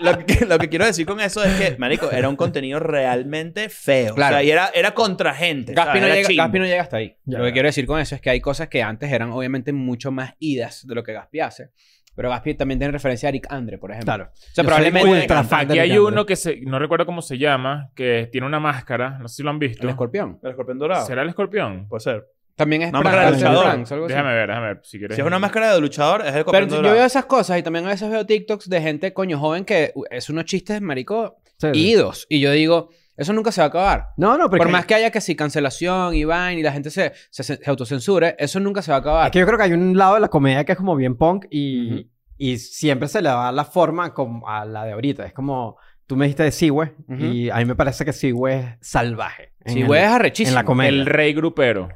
lo, que, lo que quiero decir con eso es que, marico, era un contenido realmente feo.
Claro.
O sea, y era, era contra
Este,
gente.
Gaspi
o sea,
no,
era
llega,
chimbo.
Gaspi no llega hasta ahí.
Ya,
lo que
ya.
quiero decir con eso es que hay cosas que antes eran obviamente mucho más idas de lo que Gaspi hace. Pero Gaspi también tiene referencia a Eric Andre, por ejemplo.
Claro.
O sea, probablemente
ultra fan
Aquí
de
hay
Alejandro.
uno que se, no recuerdo cómo se llama, que tiene una máscara. No sé si lo han visto.
el escorpión.
El escorpión dorado.
¿Será el escorpión?
Puede ser.
También es
No,
Pranks,
Máscara
de
es
Luchador.
Pranks, algo así.
Déjame ver, déjame ver. Si quieres.
Si es una máscara de luchador, es el escorpión
Pero yo
dorado.
veo esas cosas y también a veces veo TikToks de gente, coño, joven que uh, es unos chistes, marico,
Sí.
idos. Y yo digo, eso nunca se va a acabar.
No, no, porque...
Por más que haya que si cancelación y vaina y la gente se, se, se autocensure, eso nunca se va a acabar.
Es que yo creo que hay un lado de la comedia que es como bien punk y,
Ujú.
y siempre se le da la forma como a la de ahorita. Es como... Tú me dijiste de Seaway
Ujú.
y a mí me parece que Seaway es salvaje. En
si
el-
güey es
En
arrechísimo.
la comedia.
El rey grupero.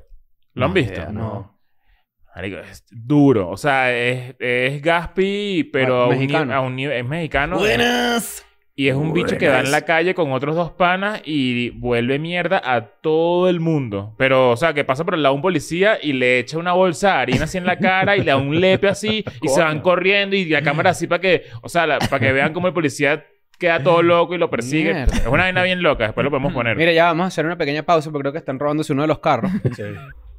¿Lo han
No,
visto?
idea,
No.
Marico, es duro. O sea, es, es Gaspi, pero
Ah,
a un, ni-
mexicano.
a un nivel... Es mexicano.
¡Buenas!
Y es un bicho que da en la calle con otros dos panas y vuelve mierda a todo el mundo. Pero, o sea, que pasa por el lado un policía y le echa una bolsa de harina así en la cara y le da un lepe así y se van corriendo y la cámara así para que, o sea, la- para que vean cómo el policía queda todo loco y lo persigue.
Mierda.
Es una vaina bien loca, después lo podemos poner.
Mm. Mira, ya vamos a hacer una pequeña pausa porque creo que están robándose uno de los carros.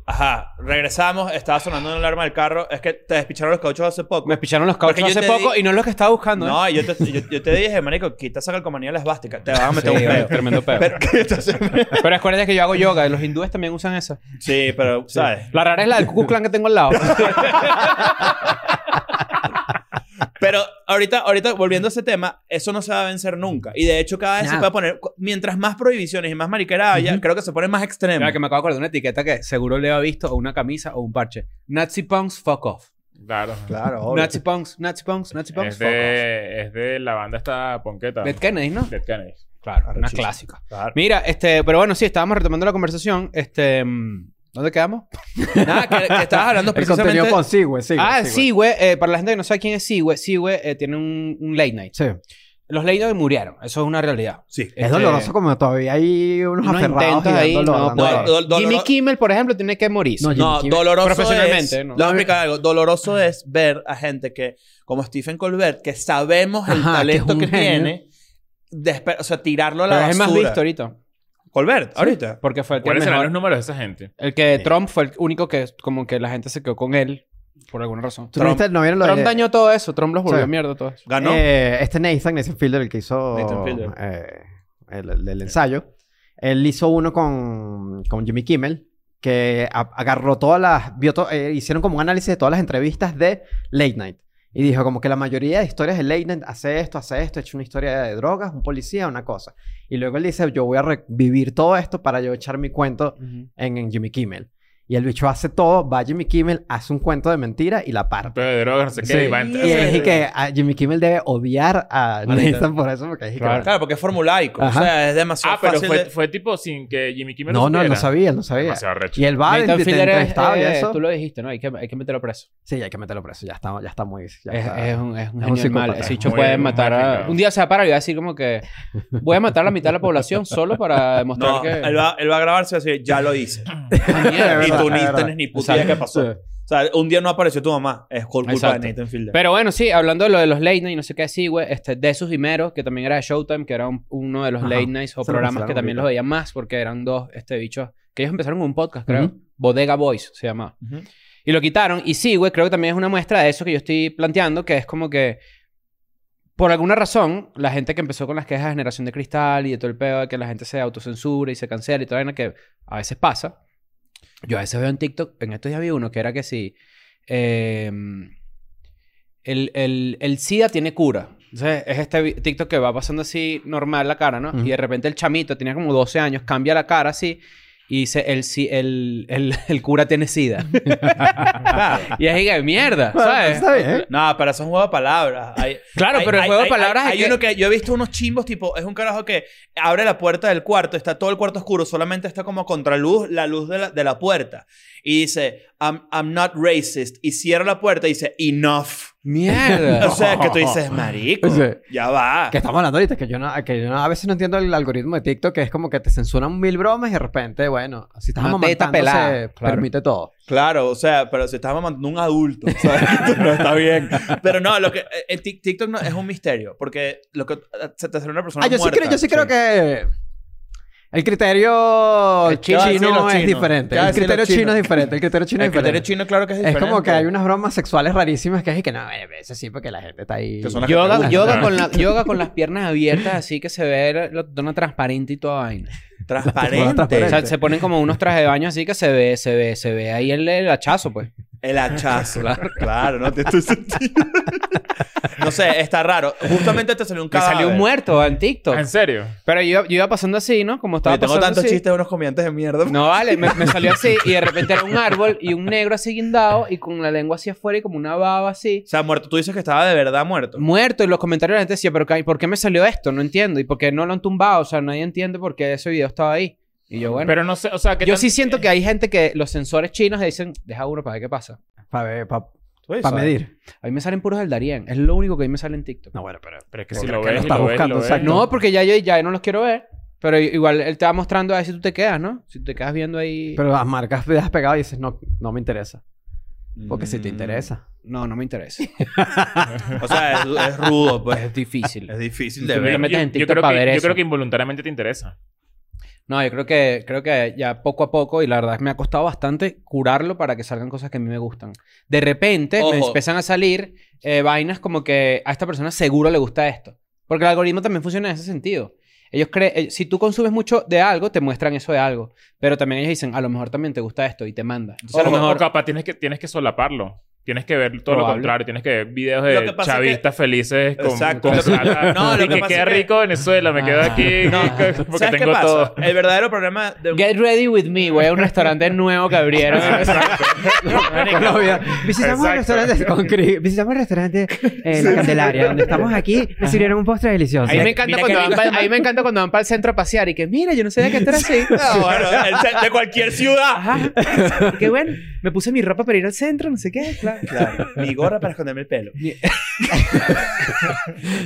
Ajá, regresamos. Estaba sonando una alarma del carro. Es que te despicharon los cauchos hace poco.
Me picharon los
Porque
cauchos
yo
hace
te
poco
di-
y no es lo que estaba buscando. ¿eh?
No, yo te, yo, yo te dije, marico, quita esa calcomanía de la esvástica. Te vas a meter
Sí,
un
vale,
peo.
tremendo peo. Pero,
Pero, que entonces-
acuérdate que yo hago yoga y los hindúes también usan eso.
sí, pero, ¿sabes?
La rara es la del Ku Klux Klan que tengo al lado.
Pero ahorita, ahorita, volviendo a ese tema, eso no se va a vencer nunca. Y de hecho, cada vez se
Nada.
puede poner... Mientras más prohibiciones y más mariquera haya, creo que se pone más extremo.
Mira, que me acabo de acordar de una etiqueta que seguro le había visto o una camisa o un parche. Nazi punks, fuck off.
Claro.
Claro,
Nazi punks, Nazi punks, Nazi punks,
Es
fuck off.
de, es de la banda esta Ponqueta.
Dead Kennedy, ¿no?
Dead Kennedys.
Claro, una
Arrechísimo.
clásica.
Claro.
Mira, este, pero bueno, sí, estábamos retomando la conversación. Este, mm, ¿dónde quedamos?
Nada, que, que estabas hablando
El contenido
precisamente...
con Sigüe, Sigüe.
ah,
Sigüe.
sí, güey. eh, para la gente que no sabe quién es Sigüe, Sigüe eh, tiene un, un late night.
Sí.
Los late night murieron. Eso es una realidad.
Sí.
Es doloroso como todavía hay unos,
Unos
aferrados y
intentos
dan
Este, ahí.
dolor,
no,
dan
puede.
dolor.
Dol- dol-
Jimmy
dolor-
Kimmel, por ejemplo, tiene que morirse.
No,
No,
Jimmy Kimmel.
doloroso
Profesionalmente,
es...
¿no?
Le voy a explicar algo. Doloroso es ver a gente que, como Stephen Colbert, que sabemos el
Ajá, que es
talento
un
que,
genio.
tiene, despe- o sea, tirarlo a la
pero es el
basura.
más visto ahorita.
Colbert, ahorita.
Porque fue el que
¿Cuáles serán
mejor.
los números de esa gente?
El que Trump fue el único que como que la gente se quedó con él por alguna razón.
¿Tú no viste- no vieron lo
Trump
de-
dañó todo eso, Trump los volvió
Sí.
mierda todo eso.
Ganó.
Eh, este Nathan, Nathan Fielder, el que hizo
Ah, Nathan Fielder.
eh, el, el- el ensayo, él hizo uno con, con Jimmy Kimmel, que a- agarró todas las, vio to- eh, hicieron como un análisis de todas las entrevistas de Late Night. Y dijo como que la mayoría de historias de Late Night hace esto, hace esto, hecho una historia de drogas, un policía, una cosa. Y luego él dice, yo voy a revivir todo esto para yo echar mi cuento en, en Jimmy Kimmel. Y el bicho hace todo, va a Jimmy Kimmel, hace un cuento de mentira y la parte.
Pero de drogas, no sé
Sí.
qué. y va a
Y
entrar-
es y que a Jimmy Kimmel debe odiar a
Nathan.
Nathan por eso, porque es y que-
Claro.
Claro, porque es formulaico.
Ajá.
O sea, es demasiado
Ah, pero
fácil
fue,
de-
fue tipo sin que Jimmy Kimmel lo
No, no, él no
supiera.
sabía, él no sabía.
Demasiado recho.
Y él va,
Nathan
te, te
Fielder es-
entrevistaba y
eh,
eso.
Tú lo dijiste, ¿no? Hay que, hay que meterlo preso.
Sí, hay que meterlo preso, ya está, ya está muy... ya
Es,
está.
es un, es un
Es un
genio del mal.
psicópata.
Ese bicho
Muy-
puede
muy
matar a...
complicado.
Un día se va a parar y va a decir como que... Voy a matar a la mitad de la población solo para demostrar
No,
que...
él, va, él va a grabarse y va a decir, ya lo hice.
Ah, mierda.
y
verdad,
tú
es
ni
verdad.
tienes ni puta idea
Exacto.
qué pasó. O sea, un día no apareció tu mamá. Es cul- culpa
Exacto.
de Nathan Fielder.
Pero bueno, sí, hablando de lo de los late night, no sé qué así, güey, este, de esos Jiménez, que también era de Showtime, que era un- uno de los
Ajá.
late nights o
Se lo
programas que
cancelaron
también
ahorita.
los veía más, porque eran dos este, bichos, que ellos empezaron con un podcast, creo.
Ujú.
Bodega Boys se llamaba.
Ujú.
Y lo quitaron. Y sí, güey, creo que también es una muestra de eso que yo estoy planteando, que es como que. Por alguna razón, la gente que empezó con las quejas de generación de cristal y de todo el pedo de que la gente se autocensura y se cancela y toda la vaina que a veces pasa. Yo a veces veo en TikTok, en estos días vi uno que era que sí. eh, el, el- el SIDA tiene cura. Entonces, es este vi- TikTok que va pasando así normal la cara, ¿no?
Ujú.
Y de repente el chamito, tenía como 12 años, cambia la cara así y dice: el, si- el, el, el cura tiene SIDA.
Claro.
Y es que mierda,
Bueno,
¿sabes?
está bien, ¿eh?
No, pero eso es un juego de palabras. Hay-
Claro,
hay-
pero el
hay-
juego
hay-
de palabras
hay,
es
hay
que-
uno que yo he visto unos chimbos, tipo, es un carajo que abre la puerta del cuarto, está todo el cuarto oscuro, solamente está como contraluz, la luz de la, de la puerta. Y dice, I'm, I'm not racist. Y cierra la puerta y dice, enough.
Mierda.
O sea, que tú dices, marico, ya va.
Que estamos hablando ahorita, que yo, no, que yo no- a veces no entiendo el algoritmo de TikTok, que es como que te censuran mil bromas y de repente, bueno, si estás
Una teta
amamantando
pelada,
se
claro.
permite todo.
Claro, o sea, pero si estás mamando un adulto, ¿sabes? no está bien. Pero no, lo que eh, eh, Tik- TikTok no- es un misterio, porque lo que eh, se te hace una persona
ah, yo sí,
muerta.
creo, yo sí creo que... El criterio
El chino-
chino,
¿Qué van a decir los
es
chinos?
diferente.
¿Qué van
El
a decir los
criterio chino
chinos?
es diferente. El criterio chino es
El criterio
diferente.
chino, claro que es
Es
diferente.
como que hay unas bromas sexuales rarísimas que es y que no, eh, eso sí, porque la gente está ahí.
Que son las-
Yoga,
Uy,
yoga,
no.
con la- yoga con las piernas abiertas, así que se ve la- la dona transparente y toda vaina.
Transparente.
O sea, se ponen como unos trajes de baño así que se ve, se ve, se ve ahí el, el hachazo, pues.
El hachazo. claro. no te estoy sentido. no sé, está raro. Justamente te salió un
Que
cadáver.
salió un muerto en TikTok.
Ah, ¿En serio?
Pero yo, yo iba pasando así, ¿no? Como estaba
Oye, tengo
pasando
tantos
así.
chistes de unos comediantes de mierda.
No vale, me, me salió así y de repente era un árbol y un negro así guindado y con la lengua hacia afuera y como una baba así.
O sea, muerto. Tú dices que estaba de verdad muerto.
Muerto y los comentarios de la gente decía, pero ¿qué- ¿por qué me salió esto? No entiendo. ¿Y por qué no lo han tumbado? O sea, nadie entiende por qué ese video estaba ahí. Y yo, bueno.
Pero eh, no sé, o sea, que
yo sí siento que hay gente que los sensores chinos dicen, deja uno para ver qué pasa.
Para ver, pa-
Oye,
Para
¿sabes?
medir.
A mí me salen puros del Darien. Es lo único que a mí me sale en TikTok.
No, bueno, pero.
Pero es que
Porque
si lo
acá lo
ves, y
estás
lo ves,
buscando,
lo ves.
exacto.
No, porque ya yo ya no los quiero ver. Pero igual él te va mostrando a ver si tú te quedas, ¿no? Si tú te quedas viendo ahí.
Pero las marcas te das pegado y dices, no, no me interesa. Porque si te
Mm.
interesa.
No, no me interesa.
O sea, es, es rudo, pues.
es difícil.
Es difícil de
Tú lo
ver.
metes en
Yo, yo
TikTok
creo
para
que,
ver
yo
eso.
creo que involuntariamente te interesa.
No, yo creo que, creo que ya poco a poco, y la verdad me ha costado bastante curarlo para que salgan cosas que a mí me gustan. De repente me
Ojo.
empiezan a salir eh, vainas como que a esta persona seguro le gusta esto. Porque el algoritmo también funciona en ese sentido. Ellos creen, eh, si tú consumes mucho de algo, te muestran eso de algo. Pero también ellos dicen, a lo mejor también te gusta esto y te manda. Entonces, a
O-
lo mejor.
O capaz tienes que, tienes que solaparlo. Tienes que ver todo lo
Probable.
contrario. Tienes que ver videos
Lo
de
que pasa es que-
chavistas felices con,
Exacto.
con
Lo que-
plata.
No, lo
y
que
que
pasa
queda
es que-
rico Venezuela. Me quedo
Ah.
aquí
No.
porque
¿Sabes qué
tengo
pasa?
todo.
El verdadero problema de un...
Get ready with me, güey. a Un restaurante nuevo que abrieron.
Con la vida. Visitamos el
Exacto.
restaurante con Cris. Visitamos el restaurante eh, La Candelaria, donde estamos aquí. Nos sirvieron un postre delicioso.
A mí, me encanta
Mira
cuando
que
van
rico
pa- a mí me encanta cuando van para el centro a pasear y que, mira, yo no sabía que esto era así.
No, bueno, el ce- de cualquier ciudad.
Ajá. Y Qué bueno. Me puse mi ropa para ir al centro, no sé qué. Claro.
Claro, mi gorra para esconderme el pelo.
Ni-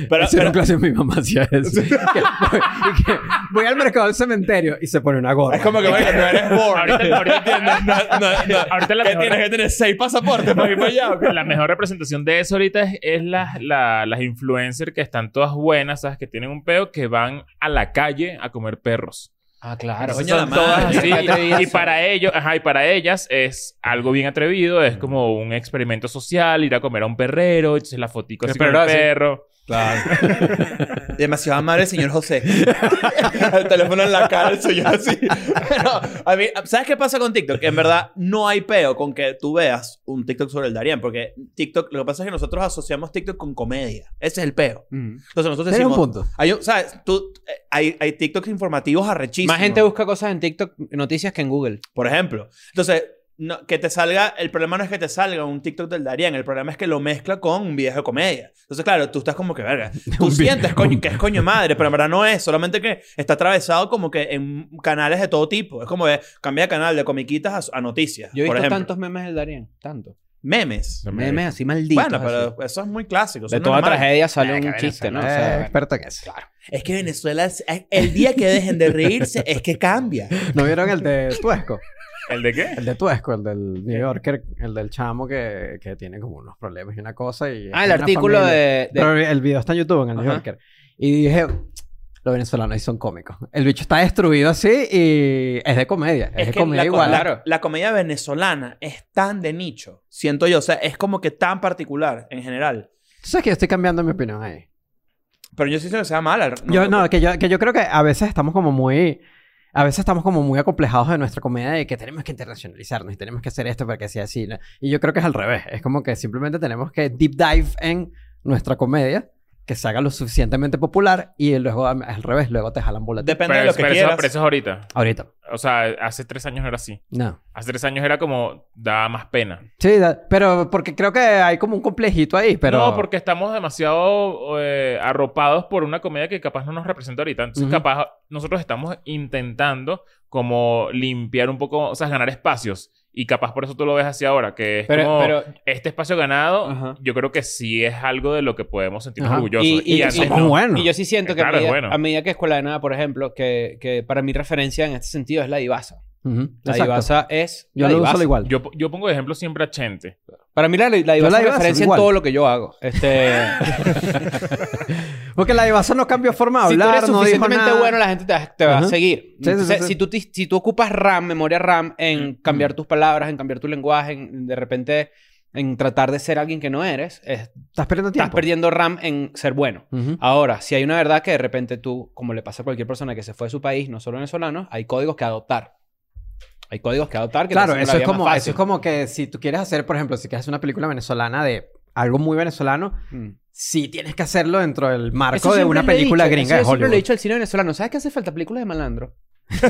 Pero,
Hicieron
pero-
clase mi mamá hacía eso. Que voy, y que voy al mercado del cementerio y se pone una gorra.
es como que, bueno, no eres born.
Ahorita- ahorita-
No, no, no.
Ahorita la
¿Qué
mejor-
tienes que tener seis pasaportes para ir para allá. o qué?
La mejor representación de eso ahorita es, es las, la- las influencers que están todas buenas, ¿sabes? Que tienen un peo que van a la calle a comer perros.
Ah, claro.
Coño, la
Son todas
madre.
así.
Qué atrevidas
Y
son.
para ellos, ajá, y para ellas es algo bien atrevido. Es como un experimento social, ir a comer a un perrero, echarse la fotico así
El
con el
perro así.
perro.
Demasiado amable el señor José. el teléfono en la cara, el señor así. Pero, a mí, ¿sabes qué pasa con TikTok? Que En verdad, no hay peo con que tú veas un TikTok sobre el Darien, porque TikTok, lo que pasa es que nosotros asociamos TikTok con comedia. Ese es el peo.
Mm.
Entonces nosotros
Tienes un
decimos...
punto.
Hay, un- ¿sabes? Tú, eh, hay, hay TikToks informativos arrechísimos.
Más gente busca cosas en TikTok, noticias que en Google.
Por ejemplo. Entonces, no- que te salga... El problema no es que te salga un TikTok del Darien. El problema es que lo mezcla con un video de comedia. Entonces, claro, tú estás como que, verga, tú sientes coño, que es coño de madre, pero en verdad no es. Solamente que está atravesado como que en canales de todo tipo. Es como de cambia de canal de comiquitas a, a noticias,
Yo he
por
visto
ejemplo.
tantos memes del Darien. Tanto.
Memes.
Memes así malditos.
Bueno,
así.
pero eso es muy clásico. eso
De
es
toda
normal.
tragedia sale
Eh,
un
que
chiste, ¿no? O
Venezuela es
sea,
experta en eso.
Es que Venezuela, es- el día que dejen de reírse, es que cambia.
¿No vieron el de Tuesco?
¿El de qué?
El de Tuesco, el del New Yorker, el del chamo que, que tiene como unos problemas y una cosa. Y
ah, el
una
artículo
familia.
de, de-
Pero el video está en YouTube, en el New
Ajá.
Yorker. Y dije, los venezolanos ahí son cómicos. El bicho está destruido así y es de comedia. Es, de
que la,
comedia igual.
la-
claro.
la comedia venezolana es tan de nicho, siento yo. O sea, es como que tan particular en general.
Tú sabes que yo estoy cambiando mi opinión ahí.
Pero yo sí siento que sea mala.
yo, no, que yo, que yo creo que a veces estamos como muy... A veces estamos como muy acomplejados de nuestra comedia de que tenemos que internacionalizarnos y tenemos que hacer esto para que sea así. ¿no? Y yo creo que es al revés. Es como que simplemente tenemos que deep dive en nuestra comedia, que se haga lo suficientemente popular y luego am- al revés, luego te jalan bola. a ti.
Depende
Pero,
de lo que
pero eso,
quieras.
pero eso es ahorita.
Ahorita.
O sea, hace tres años no era así.
No.
Hace tres años era como, da más pena.
Sí, da- pero porque creo que hay como un complejito ahí, pero...
No, porque estamos demasiado eh, arropados por una comedia que capaz no nos representa ahorita. Entonces,
Ujú.
capaz nosotros estamos intentando como limpiar un poco, o sea, ganar espacios. Y capaz por eso tú lo ves hacia ahora, que es
Pero-
como
pero-
este espacio ganado,
Ajá.
yo creo que sí es algo de lo que podemos sentirnos
Ajá.
orgullosos.
Y- y-
Y antes
somos
no.
buenos.
Y yo sí siento que
Claro,
a, medida,
es bueno.
a medida que Escuela de Nada, por ejemplo, que, que para mi referencia en este sentido es la Divaza.
Ujú,
La
exacto.
Divaza es...
Yo
la
lo uso
Divaza.
al igual.
Yo, yo pongo de ejemplo siempre a Chente.
Para mí la, la
la
Divaza es
Divaza,
referencia en
igual.
todo lo que yo hago. Este...
Porque la divasa no cambió forma de hablar,
si tú eres
no dijo
suficientemente
nada.
bueno, la gente te va, te va
Ajá.
a seguir.
sí,
Entonces,
sí. Mm.
Si, tú, te- si tú ocupas RAM, memoria RAM, en cambiar tus palabras, en cambiar tu lenguaje, en, de repente en tratar de ser alguien que no eres, es-
Estás perdiendo tiempo.
estás perdiendo RAM en ser bueno.
Ujú.
Ahora, si hay una verdad que de repente tú, como le pasa a cualquier persona que se fue de su país, no solo venezolano, hay códigos que adoptar. Hay códigos que adoptar que te
Claro,
hacen la
eso es,
vida más
como, eso
fácil.
es como que si tú quieres hacer, por ejemplo, si quieres hacer una película venezolana de algo muy venezolano,
Mm.
sí tienes que hacerlo dentro del marco
Eso
de
siempre
una
lo he
película
dicho,
gringa
eso
de
yo siempre
Hollywood.
lo he dicho al cine venezolano. ¿Sabes qué hace falta? Películas de malandro.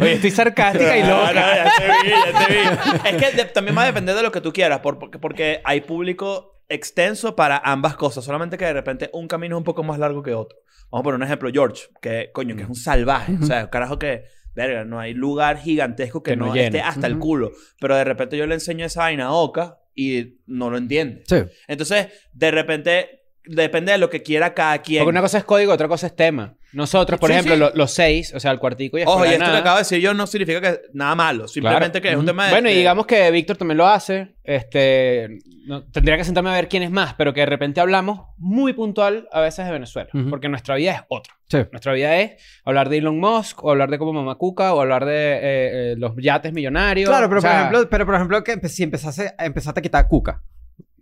Oye, estoy sarcástica y
Ah, no,
loca.
ya te vi, ya te vi. Es que de- también va a depender de lo que tú quieras, por- porque, porque hay público extenso para ambas cosas, solamente que de repente un camino es un poco más largo que otro. Vamos a poner un ejemplo, George, que coño, que es un salvaje, o sea, un carajo que verga, no hay lugar gigantesco que,
Que no
no,
llene.
esté hasta el
Ujú.
culo. Pero de repente yo le enseño esa vaina a Oka y no lo entiende.
Sí.
Entonces, de repente, depende de lo que quiera cada quien.
Porque una cosa es código, otra cosa es tema. Nosotros, por
Sí,
ejemplo,
sí.
lo- los seis, o sea, el cuartico y
Ojo, y
Escuela de
esto que
Nada,
acabo de decir yo no significa que nada malo.
claro.
Simplemente que es un
Ujú.
tema de...
Bueno, y
de-
digamos que Víctor también lo hace. Este, no- tendría que sentarme a ver quién es más, pero que de repente hablamos muy puntual a veces de Venezuela.
Ujú.
Porque nuestra vida es otra.
Sí.
Nuestra vida es hablar de Elon Musk, o hablar de como Mamá Cuca, o hablar de eh, eh, los yates millonarios.
Claro, pero
O sea,
por ejemplo, pero por ejemplo que empe- si empezase, empezaste a quitar cuca.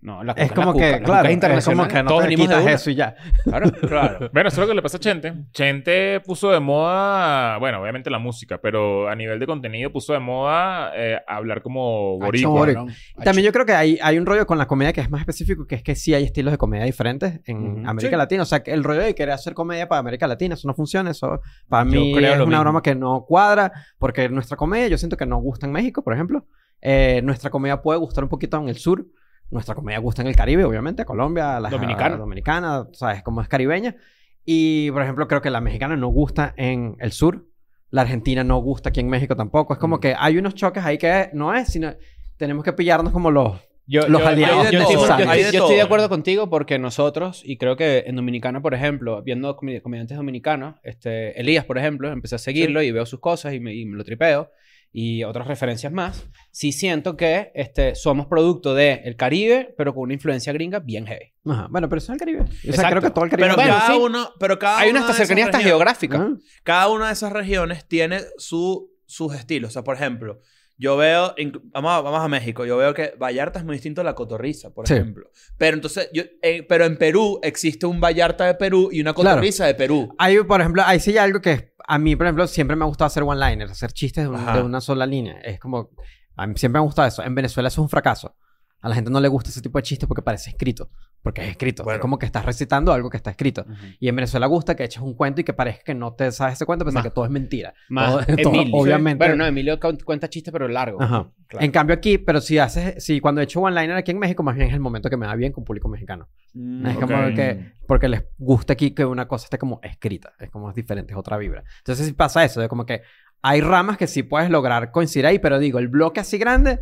No, la cuca
Es como
la cuca,
que,
la cuca
claro,
es
es
internacional.
como que no
Todos
te
venimos de
quitas
una.
eso y ya.
Claro, claro.
Bueno, eso es lo que le pasa a Chente. Chente puso de moda, bueno, obviamente la música, pero a nivel de contenido puso de moda eh, hablar como
Ah,
boricua.
boricua. También yo creo que hay, hay un rollo con la comedia que es más específico, que es que sí hay estilos de comedia diferentes en
Ujú.
América
Sí.
Latina. O sea, que el rollo de querer hacer comedia para América Latina, eso no funciona. Eso para
Yo
mí
creo
es
lo
una
mismo.
broma que no cuadra, porque nuestra comedia, yo siento que no gusta en México, por ejemplo. Eh, nuestra comedia puede gustar un poquito en el sur. Nuestra comedia gusta en el Caribe, obviamente, Colombia, la
Dominicana.
dominicana, sabes, como es caribeña. Y, por ejemplo, creo que la mexicana no gusta en el sur. La argentina no gusta aquí en México tampoco. Es como que hay unos choques ahí que no es, sino tenemos que pillarnos como los...
Yo,
Los
yo-
aliados
yo-
de
yo
todo,
estoy- yo
hay
estoy-
de
yo estoy de
todo.
acuerdo contigo porque nosotros, y creo que en Dominicana, por ejemplo, viendo comi- comediantes dominicanos, este, Elías, por ejemplo, empecé a seguirlo y veo sus cosas y me, y me lo tripeo y otras referencias más. Sí siento que este, somos producto del Caribe, pero con una influencia gringa bien heavy.
Ajá, Bueno, pero eso es el Caribe. O sea,
Exacto.
creo que todo el Caribe...
Pero
Bueno,
cada
sí.
uno... Pero cada
Hay Ah, una
uno
hasta
de esas
cercanía hasta
regiones-
geográfica.
Ah,
cada una de esas regiones tiene su, sus estilos. O sea, por ejemplo, yo veo, inc- vamos a, vamos a México, yo veo que Vallarta es muy distinto a la cotorriza, por
Sí.
ejemplo. Pero entonces, yo, eh, pero en Perú existe un Vallarta de Perú y una cotorriza de Perú.
Hay, por ejemplo, ahí sí hay algo que es- a mí, por ejemplo, siempre me ha gustado hacer one-liners, hacer chistes de, un-
Ajá.
de una sola línea. Es como... A mí siempre me ha gustado eso. En Venezuela eso es un fracaso. A la gente no le gusta ese tipo de chistes porque parece escrito. Porque es escrito.
Bueno.
Es como que estás recitando algo que está escrito. Y en Venezuela gusta que eches un cuento y que parezca que no te sabes ese cuento, pensar
Más.
que todo es mentira.
Más
Todo- todo,
Emilio.
obviamente.
Bueno, no, Emilio cu- cuenta chistes, pero largo.
Ajá.
Claro.
En cambio aquí, pero si haces, si cuando he hecho one liner aquí en México, más bien es el momento que me da bien con público mexicano.
Mm,
es como
ok.
que, porque les gusta aquí que una cosa esté como escrita, es como es diferente, es otra vibra. Entonces sí pasa eso, de como que hay ramas que sí puedes lograr coincidir ahí, pero digo, el bloque así grande,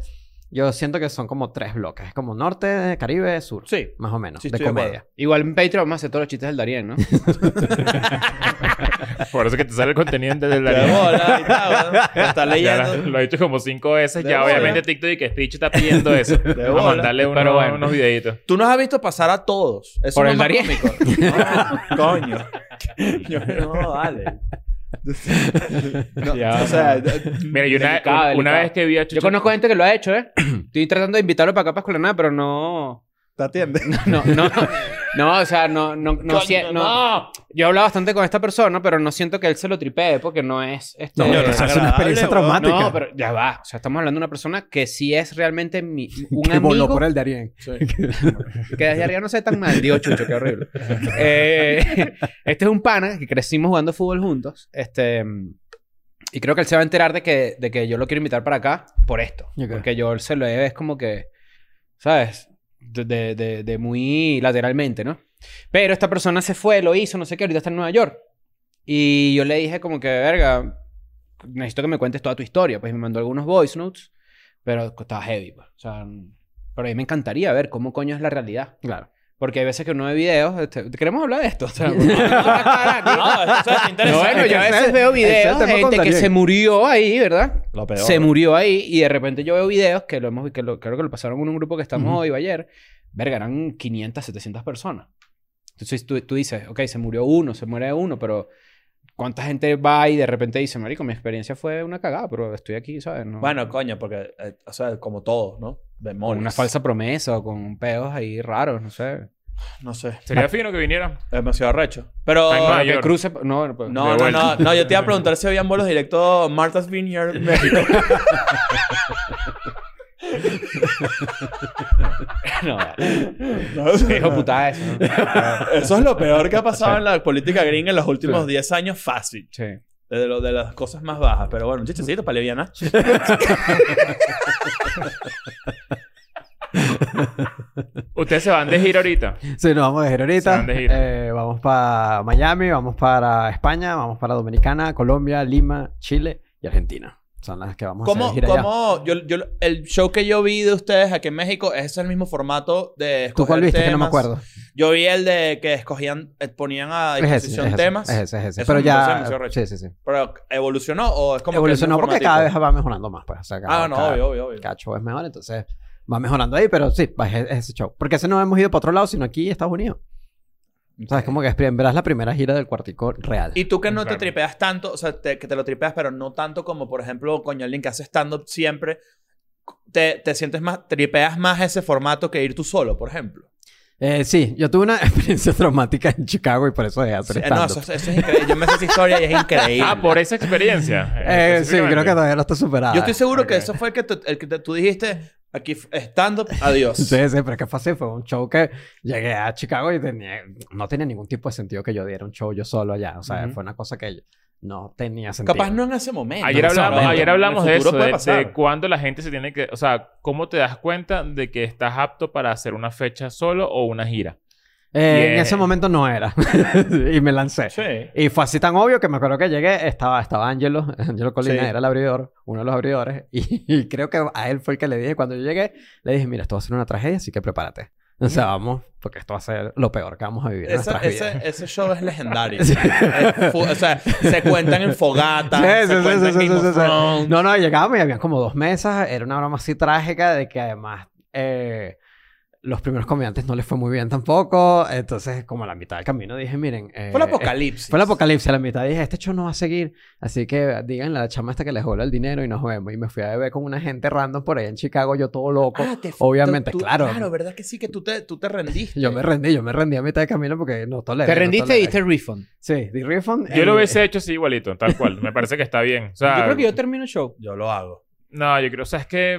yo siento que son como tres bloques, es como norte, Caribe, sur,
Sí.
más o menos,
Sí,
de
estoy de acuerdo.
comedia.
Igual en Patreon más hace todos los chistes del Darien, ¿no?
Por eso que te sale el contenido desde
De
la
bola y tal, ¿no? Lo está
Ya la-
leyendo.
lo he dicho como cinco veces.
De
ya
bola.
obviamente TikTok y que Stitch está pidiendo eso. Vamos a
bola.
mandarle uno-
Pero bueno.
unos videitos.
Tú nos has visto pasar a todos. Eso
Por
no
el
es
Darien.
más cómico. No, coño. Yo, no, vale. No,
Ya,
o sea,
Mira, yo una, una-
Delicado,
una
delicado.
vez que vi a Chucho...
Yo conozco gente que lo ha hecho, ¿eh? Estoy tratando de invitarlo para acá para Escuela de Nada, pero no...
¿te atiendes?
No, no, no, o sea, no, no, no,
Coño,
sie- no. Yo he hablado bastante con esta persona, pero no siento que él se lo tripee porque no es este.
No,
No,
yo
o
no
sea,
sé.
es Eh, una experiencia
Agradable, weón.
traumática.
No, pero ya va. O sea, estamos hablando de una persona que sí es realmente mi, un
que
amigo.
voló por el Darien.
Que desde arriba no se ve tan mal. Dios, Chucho, qué horrible. Eh, este es un pana que crecimos jugando fútbol juntos. Este. Y creo que él se va a enterar de que, de que yo lo quiero invitar para acá por esto.
Ok.
Porque yo se lo he, es como que, ¿sabes? De, de- de- de muy lateralmente, ¿no? Pero esta persona se fue, lo hizo, no sé qué, ahorita está en Nueva York. Y yo le dije como que, verga, necesito que me cuentes toda tu historia. Pues me mandó algunos voice notes, pero estaba heavy, pues. O sea, pero a mí me encantaría ver cómo coño es la realidad.
Claro.
Porque hay veces que uno ve videos, este, queremos hablar de esto. O sea, vamos a hablar cara aquí.
No, eh. eso es
No,
interesante.
bueno, yo a
Ese-
veces veo
ese es el
videos
tema
de
con
gente que
Daniel.
se murió ahí, ¿verdad?
Lo peor.
Se murió ahí y de repente yo veo videos que lo hemos que lo, creo que lo pasaron en un grupo que estamos
Ujú.
hoy o ayer. Verga, eran 500, 700 personas. Entonces tú, tú dices, ok, se murió uno, se muere uno, pero ¿cuánta gente va y de repente dice, marico, mi experiencia fue una cagada, pero estoy aquí, ¿sabes? No-
Bueno, coño, porque, eh, o sea, como todo, ¿no? Bemoles.
con una falsa promesa o con peos ahí raros, no sé.
No sé.
Sería fino que viniera.
Demasiado recho. Pero.
Ay,
Pero
Nueva
que
York.
cruce, no, pues, no,
No,
De
no,
vuelta.
no, no. Yo te iba a preguntar si habían vuelos directos Martha's Vineyard, México.
no,
No, o sea,
qué hijo putada eso. ¿no?
Eso es lo peor que ha pasado en la política gringa en los últimos 10 años, fácil.
Sí.
De, lo- de las cosas más bajas. Pero bueno, un chistecito para Leviana.
Ustedes se van de gira ahorita.
Sí, nos vamos a dejar
Se
ahorita.
van de gira.
Eh, vamos para Miami, vamos para España, vamos para Dominicana, Colombia, Lima, Chile. Y y Argentina. Son las que vamos a
¿Cómo,
hacer gira allá.
cómo- yo, yo- el show que yo vi de ustedes aquí en México es el mismo formato de escoger
¿Tú cuál viste? Que no me
temas?
acuerdo.
Yo vi el de que escogían, eh, ponían a
Es ese,
disposición
es ese,
temas,
Es ese, es ese.
Eso
Pero
me parece
ya...
demasiado recho.
Sí, sí, sí.
pero evolucionó o es como que el
Evolucionó
mismo
porque cada
formatico?
vez va mejorando más. Pues. O sea, cada-
Ah, no,
cada-
obvio, obvio, obio.
Cacho es mejor, entonces va mejorando ahí, pero sí, va- es, es ese show. Porque ese no hemos ido para otro lado, sino aquí, Estados Unidos. ¿Sabes? Como que es, prim- verás la primera gira del cuartico real.
Y tú que no te
Claro.
tripeas tanto, o sea, te- que te lo tripeas, pero no tanto como, por ejemplo, coño, alguien que hace stand-up siempre, te, te sientes más, tripeas más ese formato que ir tú solo, por ejemplo.
Eh, sí, yo tuve una experiencia traumática en Chicago y por eso dejé de hacer
Eh, no,
stand-up.
eso, eso es increíble. Yo me sé esa historia y es increíble.
Ah, por esa experiencia.
Eh, sí, creo que todavía no está superada.
Yo estoy seguro que
Ok.
eso fue el que, tú- el que te- tú dijiste, aquí f- stand-up, adiós.
Sí, sí, pero qué fácil. Fue un show que llegué a Chicago y tenía, no tenía ningún tipo de sentido que yo diera un show yo solo allá. O sea,
Ujú.
fue una cosa que no tenía sentido.
Capaz no en ese momento.
Ayer
En ese
hablamos,
momento.
ayer hablamos
En el
de
futuro
eso,
puede
de,
pasar.
de cuándo la gente se tiene que... O sea, ¿cómo te das cuenta de que estás apto para hacer una fecha solo o una gira?
Eh, En
Yeah.
ese momento no era. y me lancé.
Sí.
Y fue así tan obvio que me acuerdo que llegué, estaba, estaba Angelo, Angelo Colina
Sí.
era el abridor, uno de los abridores, y, y creo que a él fue el que le dije, cuando yo llegué, le dije, mira, esto va a ser una tragedia, así que prepárate. O sea, vamos, porque esto va a ser lo peor que vamos a vivir en
Esa-
nuestras
ese,
vidas.
ese show es legendario.
Sí.
Es fu- o sea, se cuentan en fogata.
Sí, sí,
se
sí,
cuentan
sí,
en Game
sí,
of
sí.
Thrones.
No, no, llegábamos y habían como dos mesas, era una broma así trágica de que además eh, los primeros comediantes no les fue muy bien tampoco, entonces como a la mitad del camino dije, miren... eh,
Fue el
eh,
apocalipsis.
Fue el apocalipsis a la mitad. Dije, este show no va a seguir. Así que díganle a la chama hasta que les jola el dinero y nos vemos. Y me fui a beber con una gente random por ahí en Chicago, yo todo loco.
Ah, te-
Obviamente,
tú- tú-
claro.
Claro, ¿verdad que sí? Que tú te, tú te rendiste.
Yo me rendí, yo me rendí a mitad de camino porque no toleré.
Te
no
rendiste
toleré.
y diste refund.
Sí, di refund.
Yo
eh,
lo hubiese hecho así igualito, tal cual. Me parece que está bien. O sea,
Yo creo que yo termino el show.
Yo lo hago.
No, yo creo... O sea, es que...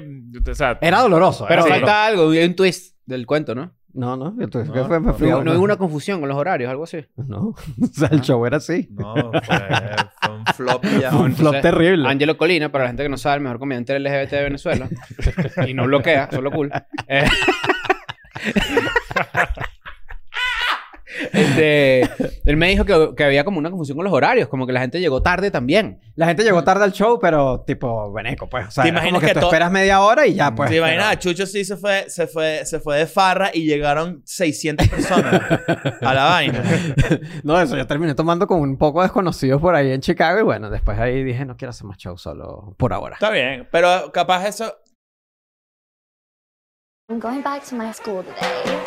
O sea,
Era doloroso.
Pero
era
sí.
falta algo, hay un twist del cuento, ¿no?
No, no. Yo tuve-
No,
¿qué fue? Me fui
No,
a
no hay una confusión con los horarios, algo así.
No. O sea, el show era así.
No, fue, fue un flop ya.
Fue un flop
entonces,
terrible.
Angelo Colina, para la gente que no sabe, el mejor comediante LGBT de Venezuela. y no bloquea, solo cool. Eh, este, él me dijo que, que había como una confusión con los horarios, como que la gente llegó tarde también.
La gente llegó tarde al show, pero tipo, veneco, pues. O sea,
¿Te
era como
imaginas
que,
que
tú
to-
esperas media hora y ya, pues.
¿Te imaginas?
pero-
Chucho sí se fue, se, fue, se fue de farra y llegaron 600 personas a la vaina.
No, eso, yo terminé tomando con un poco desconocidos por ahí en Chicago y bueno, después ahí dije, no quiero hacer más show solo por ahora.
Está bien, pero capaz eso...
I'm going back to my school today.